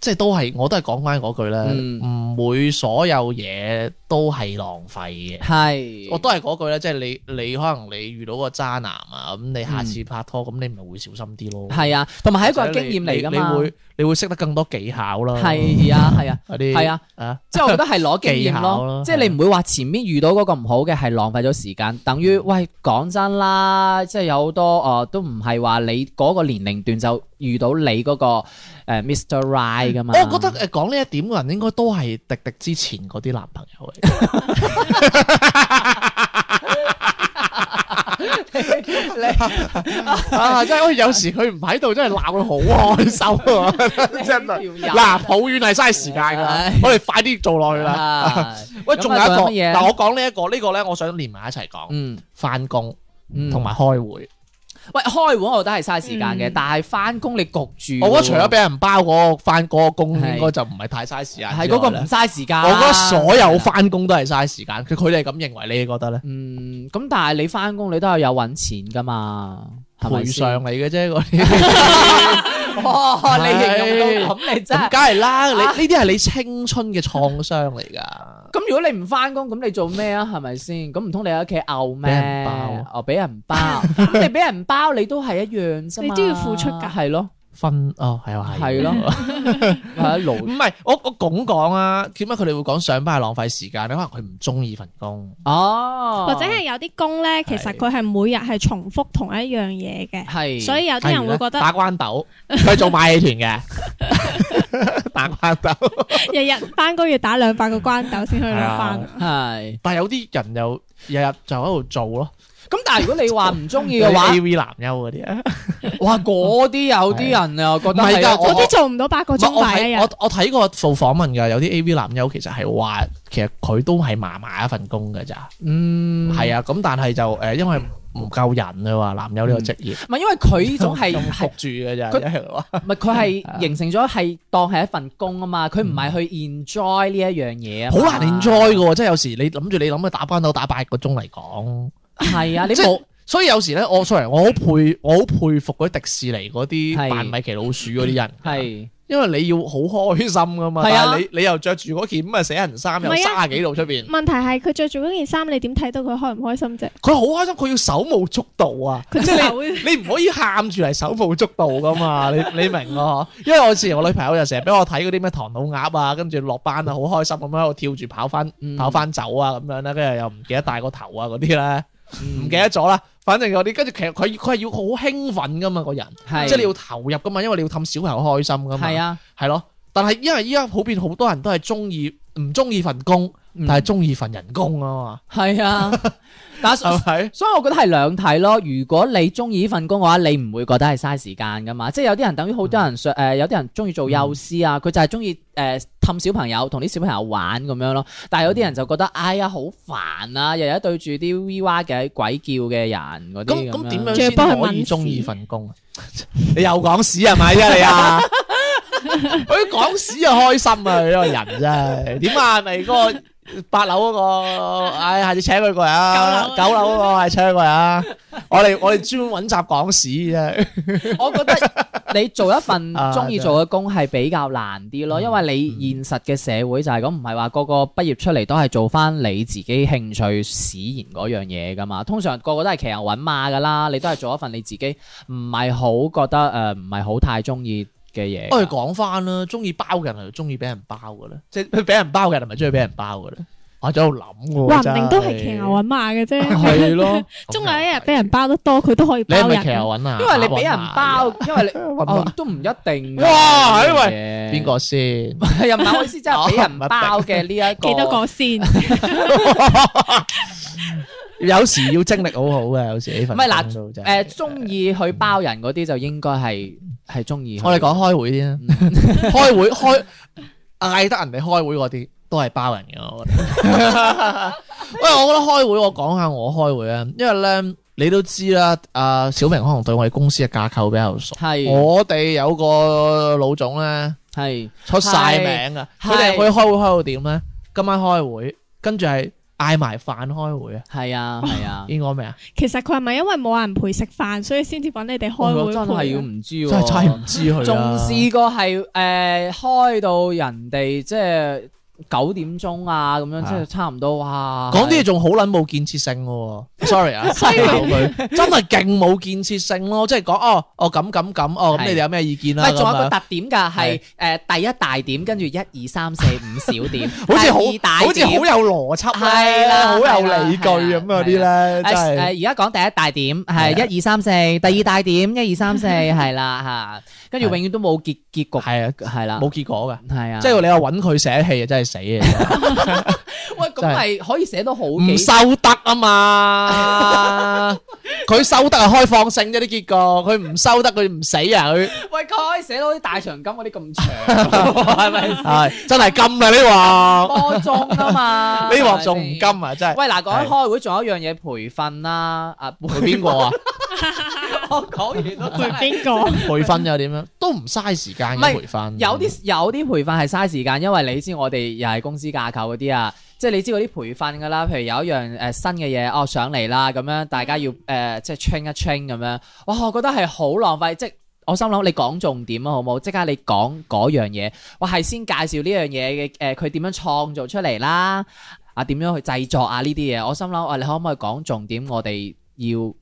Speaker 1: 即係都係，我都係講翻嗰句啦，
Speaker 2: 嗯
Speaker 1: 唔會所有嘢都係浪費嘅。
Speaker 2: 係
Speaker 1: 我都係嗰句咧，即係你你可能你遇到個渣男啊，咁你下次拍拖，咁你咪會小心啲咯。
Speaker 2: 係啊，同埋係一
Speaker 1: 或
Speaker 2: 個
Speaker 1: 者
Speaker 2: 經
Speaker 1: 你，
Speaker 2: 驗嚟㗎
Speaker 1: 你
Speaker 2: 嘛。
Speaker 1: 你會你會識得更多技巧啦。
Speaker 2: 係啊，係啊，
Speaker 1: 嗰啲
Speaker 2: 係啊，
Speaker 1: 啊，
Speaker 2: 即係我覺得係攞經驗
Speaker 1: 技巧咯
Speaker 2: 咯，即係你唔會話前面遇到嗰個唔好嘅係浪費咗時間，等
Speaker 1: 嗯
Speaker 2: 於喂講真啦，即係有好多誒都唔係話你嗰個年齡段就遇到你嗰個誒 Mr. Right 㗎嘛。
Speaker 1: 我覺 得誒講呢一點嘅人應該都係迪迪之前嗰啲男朋友 嚟。啊！真係，喂，有時佢唔喺度，真係鬧佢好開心啊！真係
Speaker 2: 你呢條友
Speaker 1: 嗱，抱怨係嘥時間㗎
Speaker 2: 唉，
Speaker 1: 我哋快啲做落去啦。
Speaker 2: 啊
Speaker 1: 喂，仲
Speaker 2: 咁啊
Speaker 1: 有一個
Speaker 2: 仲有乜嘢，
Speaker 1: 嗱，我講呢一個，呢個咧，我想連埋一齊講，
Speaker 2: 嗯
Speaker 1: 翻工
Speaker 2: 嗯，
Speaker 1: 同埋開會。
Speaker 2: 喂開會我覺得係嘥時間嘅
Speaker 6: 嗯，
Speaker 2: 但係翻工你焗住喎，
Speaker 1: 我覺得除咗俾人包嗰個翻嗰個工，
Speaker 2: 嗯係
Speaker 1: 應該就唔係太嘥時間。
Speaker 2: 係嗰個唔，嘥時間啦，
Speaker 1: 我覺得所有
Speaker 2: 係啦
Speaker 1: 翻工都係嘥時間。佢佢哋係咁認為，你覺得咧？
Speaker 2: 嗯咁，但係你翻工你都係有揾錢噶嘛，係咪
Speaker 1: 賠
Speaker 2: 先
Speaker 1: 償嚟嘅啫，嗰啲
Speaker 2: 哇！你形容到咁，你 真
Speaker 1: 咁
Speaker 2: 係啊
Speaker 1: 梗係啦。你呢啲係你青春嘅創傷嚟㗎。
Speaker 2: 咁。如果你唔翻工，咁你做咩啊？係咪先？咁唔通你喺屋企漚咩？
Speaker 1: 俾人包
Speaker 2: 哦，俾人 包。咁你俾人包，你都係一樣啫嘛
Speaker 6: 你都要付出㗎
Speaker 2: 係咯，
Speaker 1: 分哦，係啊，
Speaker 2: 係咯，係一
Speaker 1: 唔
Speaker 2: 路。
Speaker 1: 係我我咁講啊，點解佢哋會講上班係浪費時間咧？可能佢唔中意份工，
Speaker 2: 哦，
Speaker 6: 或者係有啲工咧，其實佢係每日係重複同一樣嘢嘅，
Speaker 2: 係，
Speaker 6: 所以有啲人會覺
Speaker 1: 譬如呢
Speaker 6: 得
Speaker 1: 打關鬥，佢係做馬戲團嘅， 打關鬥。
Speaker 6: 日日翻工要打兩百個關斗先可以攞
Speaker 1: 係啊
Speaker 6: 翻。
Speaker 2: 係。
Speaker 1: 但係有啲人又日日就喺度做咯，
Speaker 2: 咁但係如果你話唔中意嘅 話，
Speaker 1: A V 男優嗰啲啊，
Speaker 2: 哇嗰啲有啲人又覺得
Speaker 1: 唔係㗎
Speaker 2: 係
Speaker 6: 嗰
Speaker 1: 我
Speaker 6: 啲做唔到八個
Speaker 1: 唔係
Speaker 6: 鐘
Speaker 1: 我
Speaker 6: 吧一日
Speaker 1: 睇。我我睇過做訪問㗎，有啲 A V 男優其實係話，其實佢都係麻麻一份工㗎咋，
Speaker 2: 嗯
Speaker 1: 係啊，咁但係就誒因為唔夠人啊話男優呢個職業。
Speaker 2: 唔係因為佢呢種係 係
Speaker 1: 焗住嘅咋，
Speaker 2: 佢
Speaker 1: 一係話
Speaker 2: 唔係佢係形成咗係當係一份工啊嘛，佢唔係去 enjoy 呢一樣嘢啊嘛，
Speaker 1: 好難 enjoy 嘅喎，即係有時你諗住你諗去打關斗打八個鐘嚟講，
Speaker 2: 係啊，你
Speaker 1: 即
Speaker 2: 冇
Speaker 1: 係所以有時咧，我 sorry，我好佩我好佩服嗰啲迪士尼嗰
Speaker 2: 係
Speaker 1: 啲扮米奇老鼠嗰啲人，
Speaker 2: 係
Speaker 1: 因為你要好開心噶嘛，
Speaker 2: 係啊
Speaker 1: 但係你你又着住嗰件咁嘅死人衫，又
Speaker 6: 唔係啊
Speaker 1: 卅幾度出邊，
Speaker 6: 問題係佢着住嗰件衫，你點睇到佢開唔開心啫？
Speaker 1: 佢好開心，佢要手舞足蹈啊！
Speaker 6: 佢
Speaker 1: 即係
Speaker 6: 手
Speaker 1: 你唔可以喊住嚟手舞足蹈噶嘛， 你你明啊？因為我之前我女朋友就成日俾我睇嗰啲咩唐老鴨啊，跟住落班啊好開心咁樣喺度跳住跑翻
Speaker 2: 嗯
Speaker 1: 跑翻走啊咁樣啦，跟住又唔記得戴個頭啊嗰啲咧，唔
Speaker 2: 唔
Speaker 1: 記得咗啦。反正嗰啲跟住其實佢佢係要好興奮噶嘛個人，
Speaker 2: 係
Speaker 1: 即係你要投入噶嘛，因為你要氹小朋友開心噶嘛，
Speaker 2: 係啊，
Speaker 1: 係咯。但係因為依家普遍好多人都係中意唔中意份工，
Speaker 2: 嗯
Speaker 1: 但係中意份人工啊
Speaker 2: 係啊，但
Speaker 1: 嘛，
Speaker 2: 係
Speaker 1: 係咪？
Speaker 2: 所以我覺得係兩睇咯。如果你中意呢份工嘅話，你唔會覺得係嘥時間噶嘛。即係有啲人等於好多人想誒、
Speaker 1: 嗯
Speaker 2: 有啲人中意做幼師啊，佢就係中意誒氹小朋友，同啲小朋友玩咁樣咯。但係有啲人就覺得哎呀好煩啊，日日對住啲 V 哇嘅鬼叫嘅人嗰
Speaker 1: 咁
Speaker 2: 啲
Speaker 1: 咁點樣
Speaker 2: 樣
Speaker 6: 仲要
Speaker 1: 先
Speaker 6: 幫佢
Speaker 1: 可以
Speaker 6: 問
Speaker 1: 中意
Speaker 6: 屎
Speaker 1: 份工啊？ 你又講屎係咪啫你啊？ 佢講屎啊開心啊！你呢個人真係點啊？咪嗰個八樓嗰個，唉，下次請佢過嚟啊！
Speaker 6: 九樓
Speaker 1: 九樓嗰個係請佢過嚟啊！我哋我哋專門揾集講屎啫，
Speaker 2: 我覺得你做一份
Speaker 1: 啊
Speaker 2: 中意做嘅工係比較難啲咯，因為你現實嘅社會就係咁，唔係話個個畢業出嚟都係做翻你自己興趣使然嗰樣嘢噶嘛。通常個個都係騎牛揾馬噶啦，你都係做一份你自己唔係好覺得誒，唔係好太中意嘅嘢㗎。
Speaker 1: 我哋講翻啦，中意包嘅人係咪中意俾人包嘅 咧？即係俾人包嘅人係咪中意俾人包嘅咧？我喺度諗嘅喎，
Speaker 6: 話唔
Speaker 1: 真
Speaker 6: 定都係騎牛揾馬嘅啫。
Speaker 2: 係咯，
Speaker 6: 中有一日俾人包得多，佢都可以
Speaker 1: 你係
Speaker 6: 包
Speaker 1: 咪騎牛
Speaker 6: 人。
Speaker 1: 揾啊？
Speaker 2: 因為你俾人 包，因為你
Speaker 1: 揾
Speaker 2: 哦
Speaker 1: 馬
Speaker 2: 都唔一定㗎。
Speaker 1: 哇
Speaker 2: 喂
Speaker 1: 邊個先？
Speaker 2: 又唔係我意思，即係俾人包嘅 呢一個
Speaker 6: 幾多個先？
Speaker 1: 有時要精力好好嘅，有時呢份
Speaker 2: 唔係嗱
Speaker 1: 工都真係
Speaker 2: 誒中意去包人嗰啲就應該係係中意去。
Speaker 1: 我哋講開會啲啦， 開會開嗌得人哋開會嗰啲都係包人嘅， 我覺得。喂，我覺得開會我講下我開會啊，因為咧你都知啦，阿小明可能對我哋公司嘅架構比較熟，
Speaker 2: 係
Speaker 1: 我哋有個老總咧
Speaker 2: 係
Speaker 1: 出晒名啊，
Speaker 2: 係
Speaker 1: 佢哋去開會開到點咧？今晚開會，跟住係嗌埋飯開會啊，
Speaker 2: 係啊係啊，
Speaker 1: 應該咩啊？
Speaker 6: 其實佢係咪因為冇人陪食飯，所以先至揾你哋開
Speaker 2: 我
Speaker 6: 會
Speaker 2: 真係要
Speaker 6: 陪？啊
Speaker 2: 唔知
Speaker 1: 真係真係
Speaker 2: 喎，
Speaker 1: 唔知 佢啊
Speaker 2: 仲試過係誒開到人哋即係九點鐘啊咁樣，即係差唔多哇！
Speaker 1: 講啲嘢仲好撚冇建設性喎，sorry 啊，犀利佢真係勁冇建設性咯，即係講哦哦咁咁咁哦，咁
Speaker 2: 係
Speaker 1: 你哋有咩意見
Speaker 2: 唔
Speaker 1: 啦？
Speaker 2: 係仲有
Speaker 1: 咁
Speaker 2: 個
Speaker 1: 樣
Speaker 2: 特點㗎，係誒第一大點，跟住一二三四五小點，
Speaker 1: 好似好
Speaker 2: 第二大
Speaker 1: 好似好
Speaker 2: 點
Speaker 1: 有邏輯
Speaker 2: 係
Speaker 1: 咧，
Speaker 2: 啦
Speaker 1: 好有理據
Speaker 2: 係啦
Speaker 1: 咁嗰啲
Speaker 2: 係
Speaker 1: 咧，真
Speaker 2: 誒誒，
Speaker 1: 係
Speaker 2: 而家講第一大點係一二三四，第二大點一二 三四係啦嚇，跟住永遠都冇結結局
Speaker 1: 係啊，
Speaker 2: 係啦，
Speaker 1: 冇結果嘅。
Speaker 2: 係啊，
Speaker 1: 即係你話揾佢寫戲啊，真係死嘅，
Speaker 2: 喂咁
Speaker 1: 真
Speaker 2: 係可以寫 到好
Speaker 1: 唔
Speaker 2: 幾
Speaker 1: 收得啊 嘛！佢收得係開放性啫啲結果，佢唔收得佢唔死啊佢。
Speaker 2: 喂佢可以寫到啲大長今嗰啲咁長 係咪先
Speaker 1: 係真係金啊呢鑊，
Speaker 2: 多鐘啊 嘛？
Speaker 1: 呢鑊仲唔金啊真係。
Speaker 2: 喂嗱，講
Speaker 1: 係
Speaker 2: 開開會仲有一樣嘢培訓啦，啊培
Speaker 1: 陪邊個啊？
Speaker 2: 我講完 都
Speaker 6: 陪
Speaker 2: 真係
Speaker 6: 邊個？
Speaker 1: 培訓又點樣？都唔嘥時間
Speaker 2: 唔
Speaker 1: 嘅
Speaker 2: 係
Speaker 1: 培訓。
Speaker 2: 有啲有啲培訓係嘥時間，因為你知我哋又係公司架構嗰啲啊，即係你知嗰啲培訓㗎啦，譬如有一樣誒、呃新嘅嘢哦上嚟啦，咁樣大家要誒、呃即係 train 一 train 咁樣，哇！我覺得係好浪費，即係我心諗你講重點啊，好冇？即刻你講嗰樣嘢，我係先介紹呢樣嘢嘅誒，呃佢、點樣創造出嚟啦？啊，點樣去製作啊？呢啲嘢，我心諗喂，你可唔可以講重點？我哋要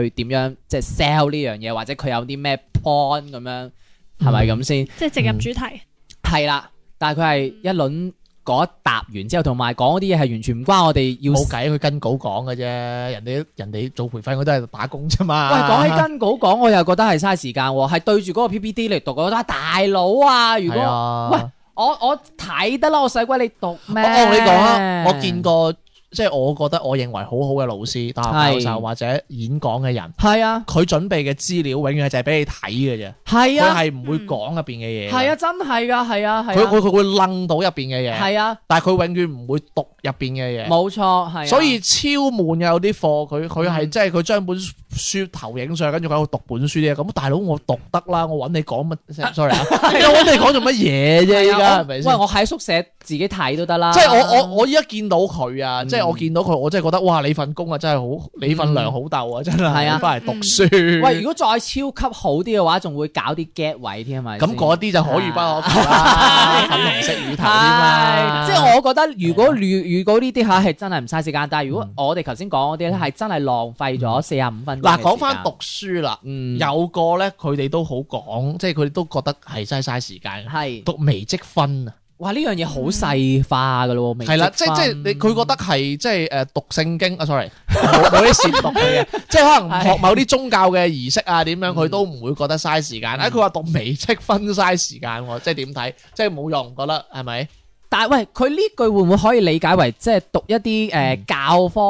Speaker 2: 去點樣即係 sell 呢樣嘢，或者佢有啲咩 point 咁樣，係咪咁先？
Speaker 6: 即係直入主題。
Speaker 1: 嗯
Speaker 2: 系啦，但系佢系一輪嗰一答完之後，同埋講嗰啲嘢係完全唔關我哋要。
Speaker 1: 冇計，啊佢跟稿講嘅啫，人哋人哋做培訓佢都係打工啫嘛。
Speaker 2: 喂，講起跟稿講，我又覺得係嘥時間喎，係對住嗰個 PPT 嚟讀，我覺得大佬啊，如
Speaker 1: 係
Speaker 2: 果
Speaker 1: 啊，
Speaker 2: 喂我我睇得啦，我使鬼你讀咩？
Speaker 1: 我我同你講啊，我見過即係我覺得我認為好好嘅老師、大學教授
Speaker 2: 係
Speaker 1: 或者演講嘅人，
Speaker 2: 係啊，
Speaker 1: 佢準備嘅資料永遠就係俾你睇嘅啫，
Speaker 2: 係
Speaker 1: 佢
Speaker 2: 啊，
Speaker 1: 係唔會講入邊嘅嘢。
Speaker 2: 係啊，，真係噶，係啊，
Speaker 1: 佢
Speaker 2: 係啊，
Speaker 1: 佢佢會楞到入邊嘅嘢，
Speaker 2: 係啊，
Speaker 1: 但係佢永遠唔會讀入邊嘅嘢。
Speaker 2: 冇錯，係啊。
Speaker 1: 所以超悶嘅有啲課，佢佢係
Speaker 2: 嗯
Speaker 1: 即係佢將本書投影上，跟住佢喺度讀本書啫。咁大佬我讀得啦，我揾你講乜？sorry 啊，我揾你講做乜嘢啫？依
Speaker 2: 係啊
Speaker 1: 家
Speaker 2: 我
Speaker 1: 係咪
Speaker 2: 喂，
Speaker 1: 先？
Speaker 2: 我喺宿舍自己睇都得啦。
Speaker 1: 即係我我我依家見到佢啊，即係我
Speaker 2: 嗯
Speaker 1: 見到佢，我真係覺得哇！你份工啊，真係好，你份糧好鬥啊，真係。
Speaker 2: 係啊
Speaker 1: 翻嚟讀書。
Speaker 2: 喂，如果再超級好啲嘅話，仲會搞啲 get 位添啊。
Speaker 1: 咁嗰啲就可遇不可求啦，粉紅色乳頭添啊啦。啊
Speaker 2: 係，即
Speaker 1: 嗯
Speaker 2: 係我覺得如果遇遇到呢啲嚇係真係唔嘥時間，但係如
Speaker 1: 嗯
Speaker 2: 果我哋頭先講嗰啲咧係真係浪費咗四十五分鐘。
Speaker 1: 嗱，講翻讀，書啦，
Speaker 2: 嗯，
Speaker 1: 有個咧，佢哋都好講，即係佢哋都覺得係真係嘥時間。
Speaker 2: 係，
Speaker 1: 讀微積分啊，
Speaker 2: 哇呢樣嘢好細化噶咯喎，微
Speaker 1: 係啦，
Speaker 2: 積
Speaker 1: 即係即係
Speaker 2: 分
Speaker 1: 你佢覺得係即係誒讀聖經啊，sorry，冇 冇啲褻瀆佢嘅， 即係可能學某啲宗教嘅儀式啊點樣，佢都唔會覺得嘥時間。啊，佢話讀微積分嘥時間喎，即係點睇？即係冇用，覺得係咪？
Speaker 2: 但係喂，佢呢句會唔會可以理解為即係讀一啲誒教科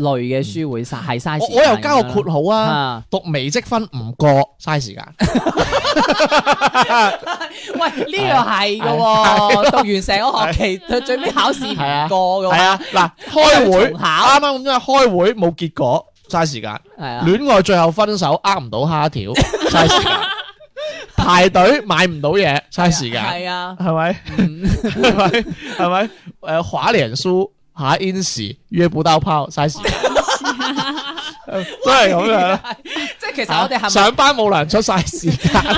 Speaker 2: 類嘅書會嘥係嘥
Speaker 1: 嗯
Speaker 2: 時
Speaker 1: 我
Speaker 2: 間
Speaker 1: 我又加個
Speaker 2: 㗎啦
Speaker 1: 括號啊，
Speaker 2: 啊！
Speaker 1: 讀微積分唔過嘥時間。
Speaker 2: 喂，呢個係嘅喎，讀完成個學期，到最尾考試
Speaker 1: 係啊
Speaker 2: 唔過
Speaker 1: 係
Speaker 2: 嘅喎，
Speaker 1: 啊，嗱，開會
Speaker 2: 重
Speaker 1: 啱
Speaker 2: 考
Speaker 1: 啱咁樣開會冇結果，嘥時間。
Speaker 2: 係啊，
Speaker 1: 戀愛最後分手，呃唔到蝦條，嘥時 間。排隊買唔到嘢，嘥時間，
Speaker 2: 係啊，
Speaker 1: 係咪？ 係咪？係咪？誒，滑啊臉書下 ins 約不到炮，嘥 時間。都係咁樣啦。
Speaker 2: 即係其實我哋係咪？
Speaker 1: 上班冇糧出，嘥時間。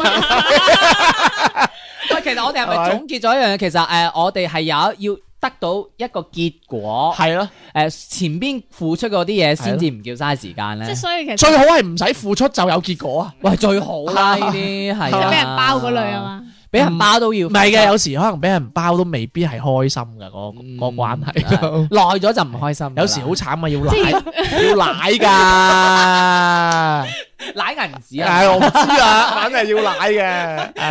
Speaker 2: 喂，其實我哋係
Speaker 1: 係咪
Speaker 2: 咪總結咗一樣嘢？其實誒，我哋係有要得到一個結果，
Speaker 1: 哦係咯，
Speaker 2: 誒前邊付出嗰啲嘢先至唔叫嘥時間
Speaker 7: 即
Speaker 2: 咧
Speaker 7: 係。所以其實
Speaker 1: 最好係唔使付出就有結果啊！
Speaker 2: 喂，最好 啦，呢啲係
Speaker 7: 就
Speaker 2: 啊
Speaker 7: 俾人包嗰類啊，嘛。
Speaker 2: 俾人包都要
Speaker 1: 唔係嘅，有時可能俾人包都未必係開心嘅，嗰個關嗯係都。
Speaker 2: 耐咗就唔開心㗎啦。
Speaker 1: 有時好慘啊，要奶，要奶噶。
Speaker 2: 奶銀紙啊！
Speaker 1: 唉，我唔知啊，肯定要奶嘅。唉，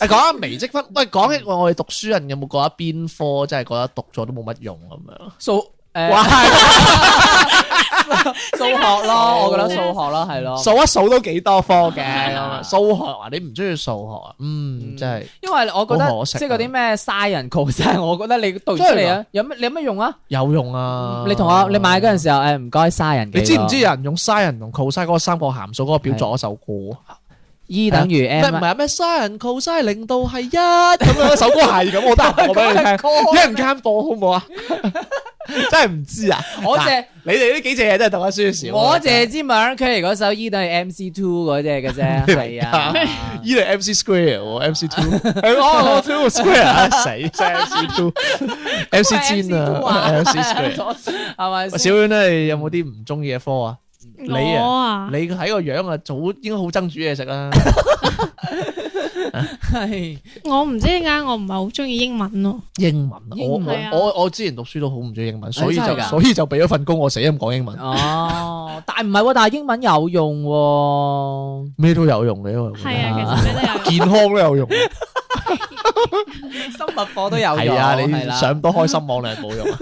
Speaker 1: 講下微積分，喂，講起我我哋讀書人有冇覺得邊科真係覺得讀咗都冇乜用咁樣？
Speaker 2: 數誒
Speaker 1: 哇，
Speaker 2: 數學咯，我覺得數學咯係咯，
Speaker 1: 數一數都幾多科嘅
Speaker 2: 係啊
Speaker 1: 咁樣。數學啊，你唔中意數學啊？
Speaker 2: 嗯
Speaker 1: 嗯，真係
Speaker 2: 因為我覺
Speaker 1: 好
Speaker 2: 得
Speaker 1: 可惜啊
Speaker 2: 即係嗰啲咩 sin、cos，我覺得你讀出嚟啊，有乜你有乜用啊？
Speaker 1: 有用啊！
Speaker 2: 你同我你買嗰陣時候誒唔該 sin
Speaker 1: 你知唔知有人用 sin 同 cos 嗰個三角函數嗰個表作嗰首歌啊？
Speaker 2: E 等於
Speaker 1: 咩
Speaker 2: m
Speaker 1: 唔係咩 sin cos 令到係一咁樣，首歌係咁，我得閒播俾你聽，一陣間播好唔好啊？真係唔知啊！
Speaker 2: 我
Speaker 1: 嗱
Speaker 2: 借
Speaker 1: 你哋呢幾隻嘢真係讀得書少啊。
Speaker 2: 我借支 m e r c u r y 嗰首 E 等於 MC Two 嗰只 嘅啫，係啊，
Speaker 1: 依嚟 MC Square 喎，MC Two，係我我 Two Square，唉死真係 MC Two，MC 尖啊，MC Square。
Speaker 2: 係咪
Speaker 1: 喂
Speaker 2: 先？
Speaker 1: 小婉咧，你有冇啲唔中意嘅科啊？你
Speaker 7: 我
Speaker 1: 啊，
Speaker 7: 啊，
Speaker 1: 你睇個樣啊，早應該好憎煮嘢食啦。
Speaker 2: 係
Speaker 7: 我唔知點解我唔係好中意英文咯。
Speaker 1: 英文啊，我
Speaker 2: 英文
Speaker 7: 啊
Speaker 1: 我我我之前讀書都好唔中意英文，所以
Speaker 2: 真係
Speaker 1: 就
Speaker 2: 㗎
Speaker 1: 所以就俾咗份工我死咁講英文，
Speaker 2: 哦，但係唔係喎，但係英文有用喎。
Speaker 1: 咩都有用嘅，因為我覺得
Speaker 7: 係啊，其實咩 都有。
Speaker 1: 健康都有用。
Speaker 2: 生物課都有用，
Speaker 1: 係啊，你
Speaker 2: 係啦
Speaker 1: 上多開心網你係冇用啊。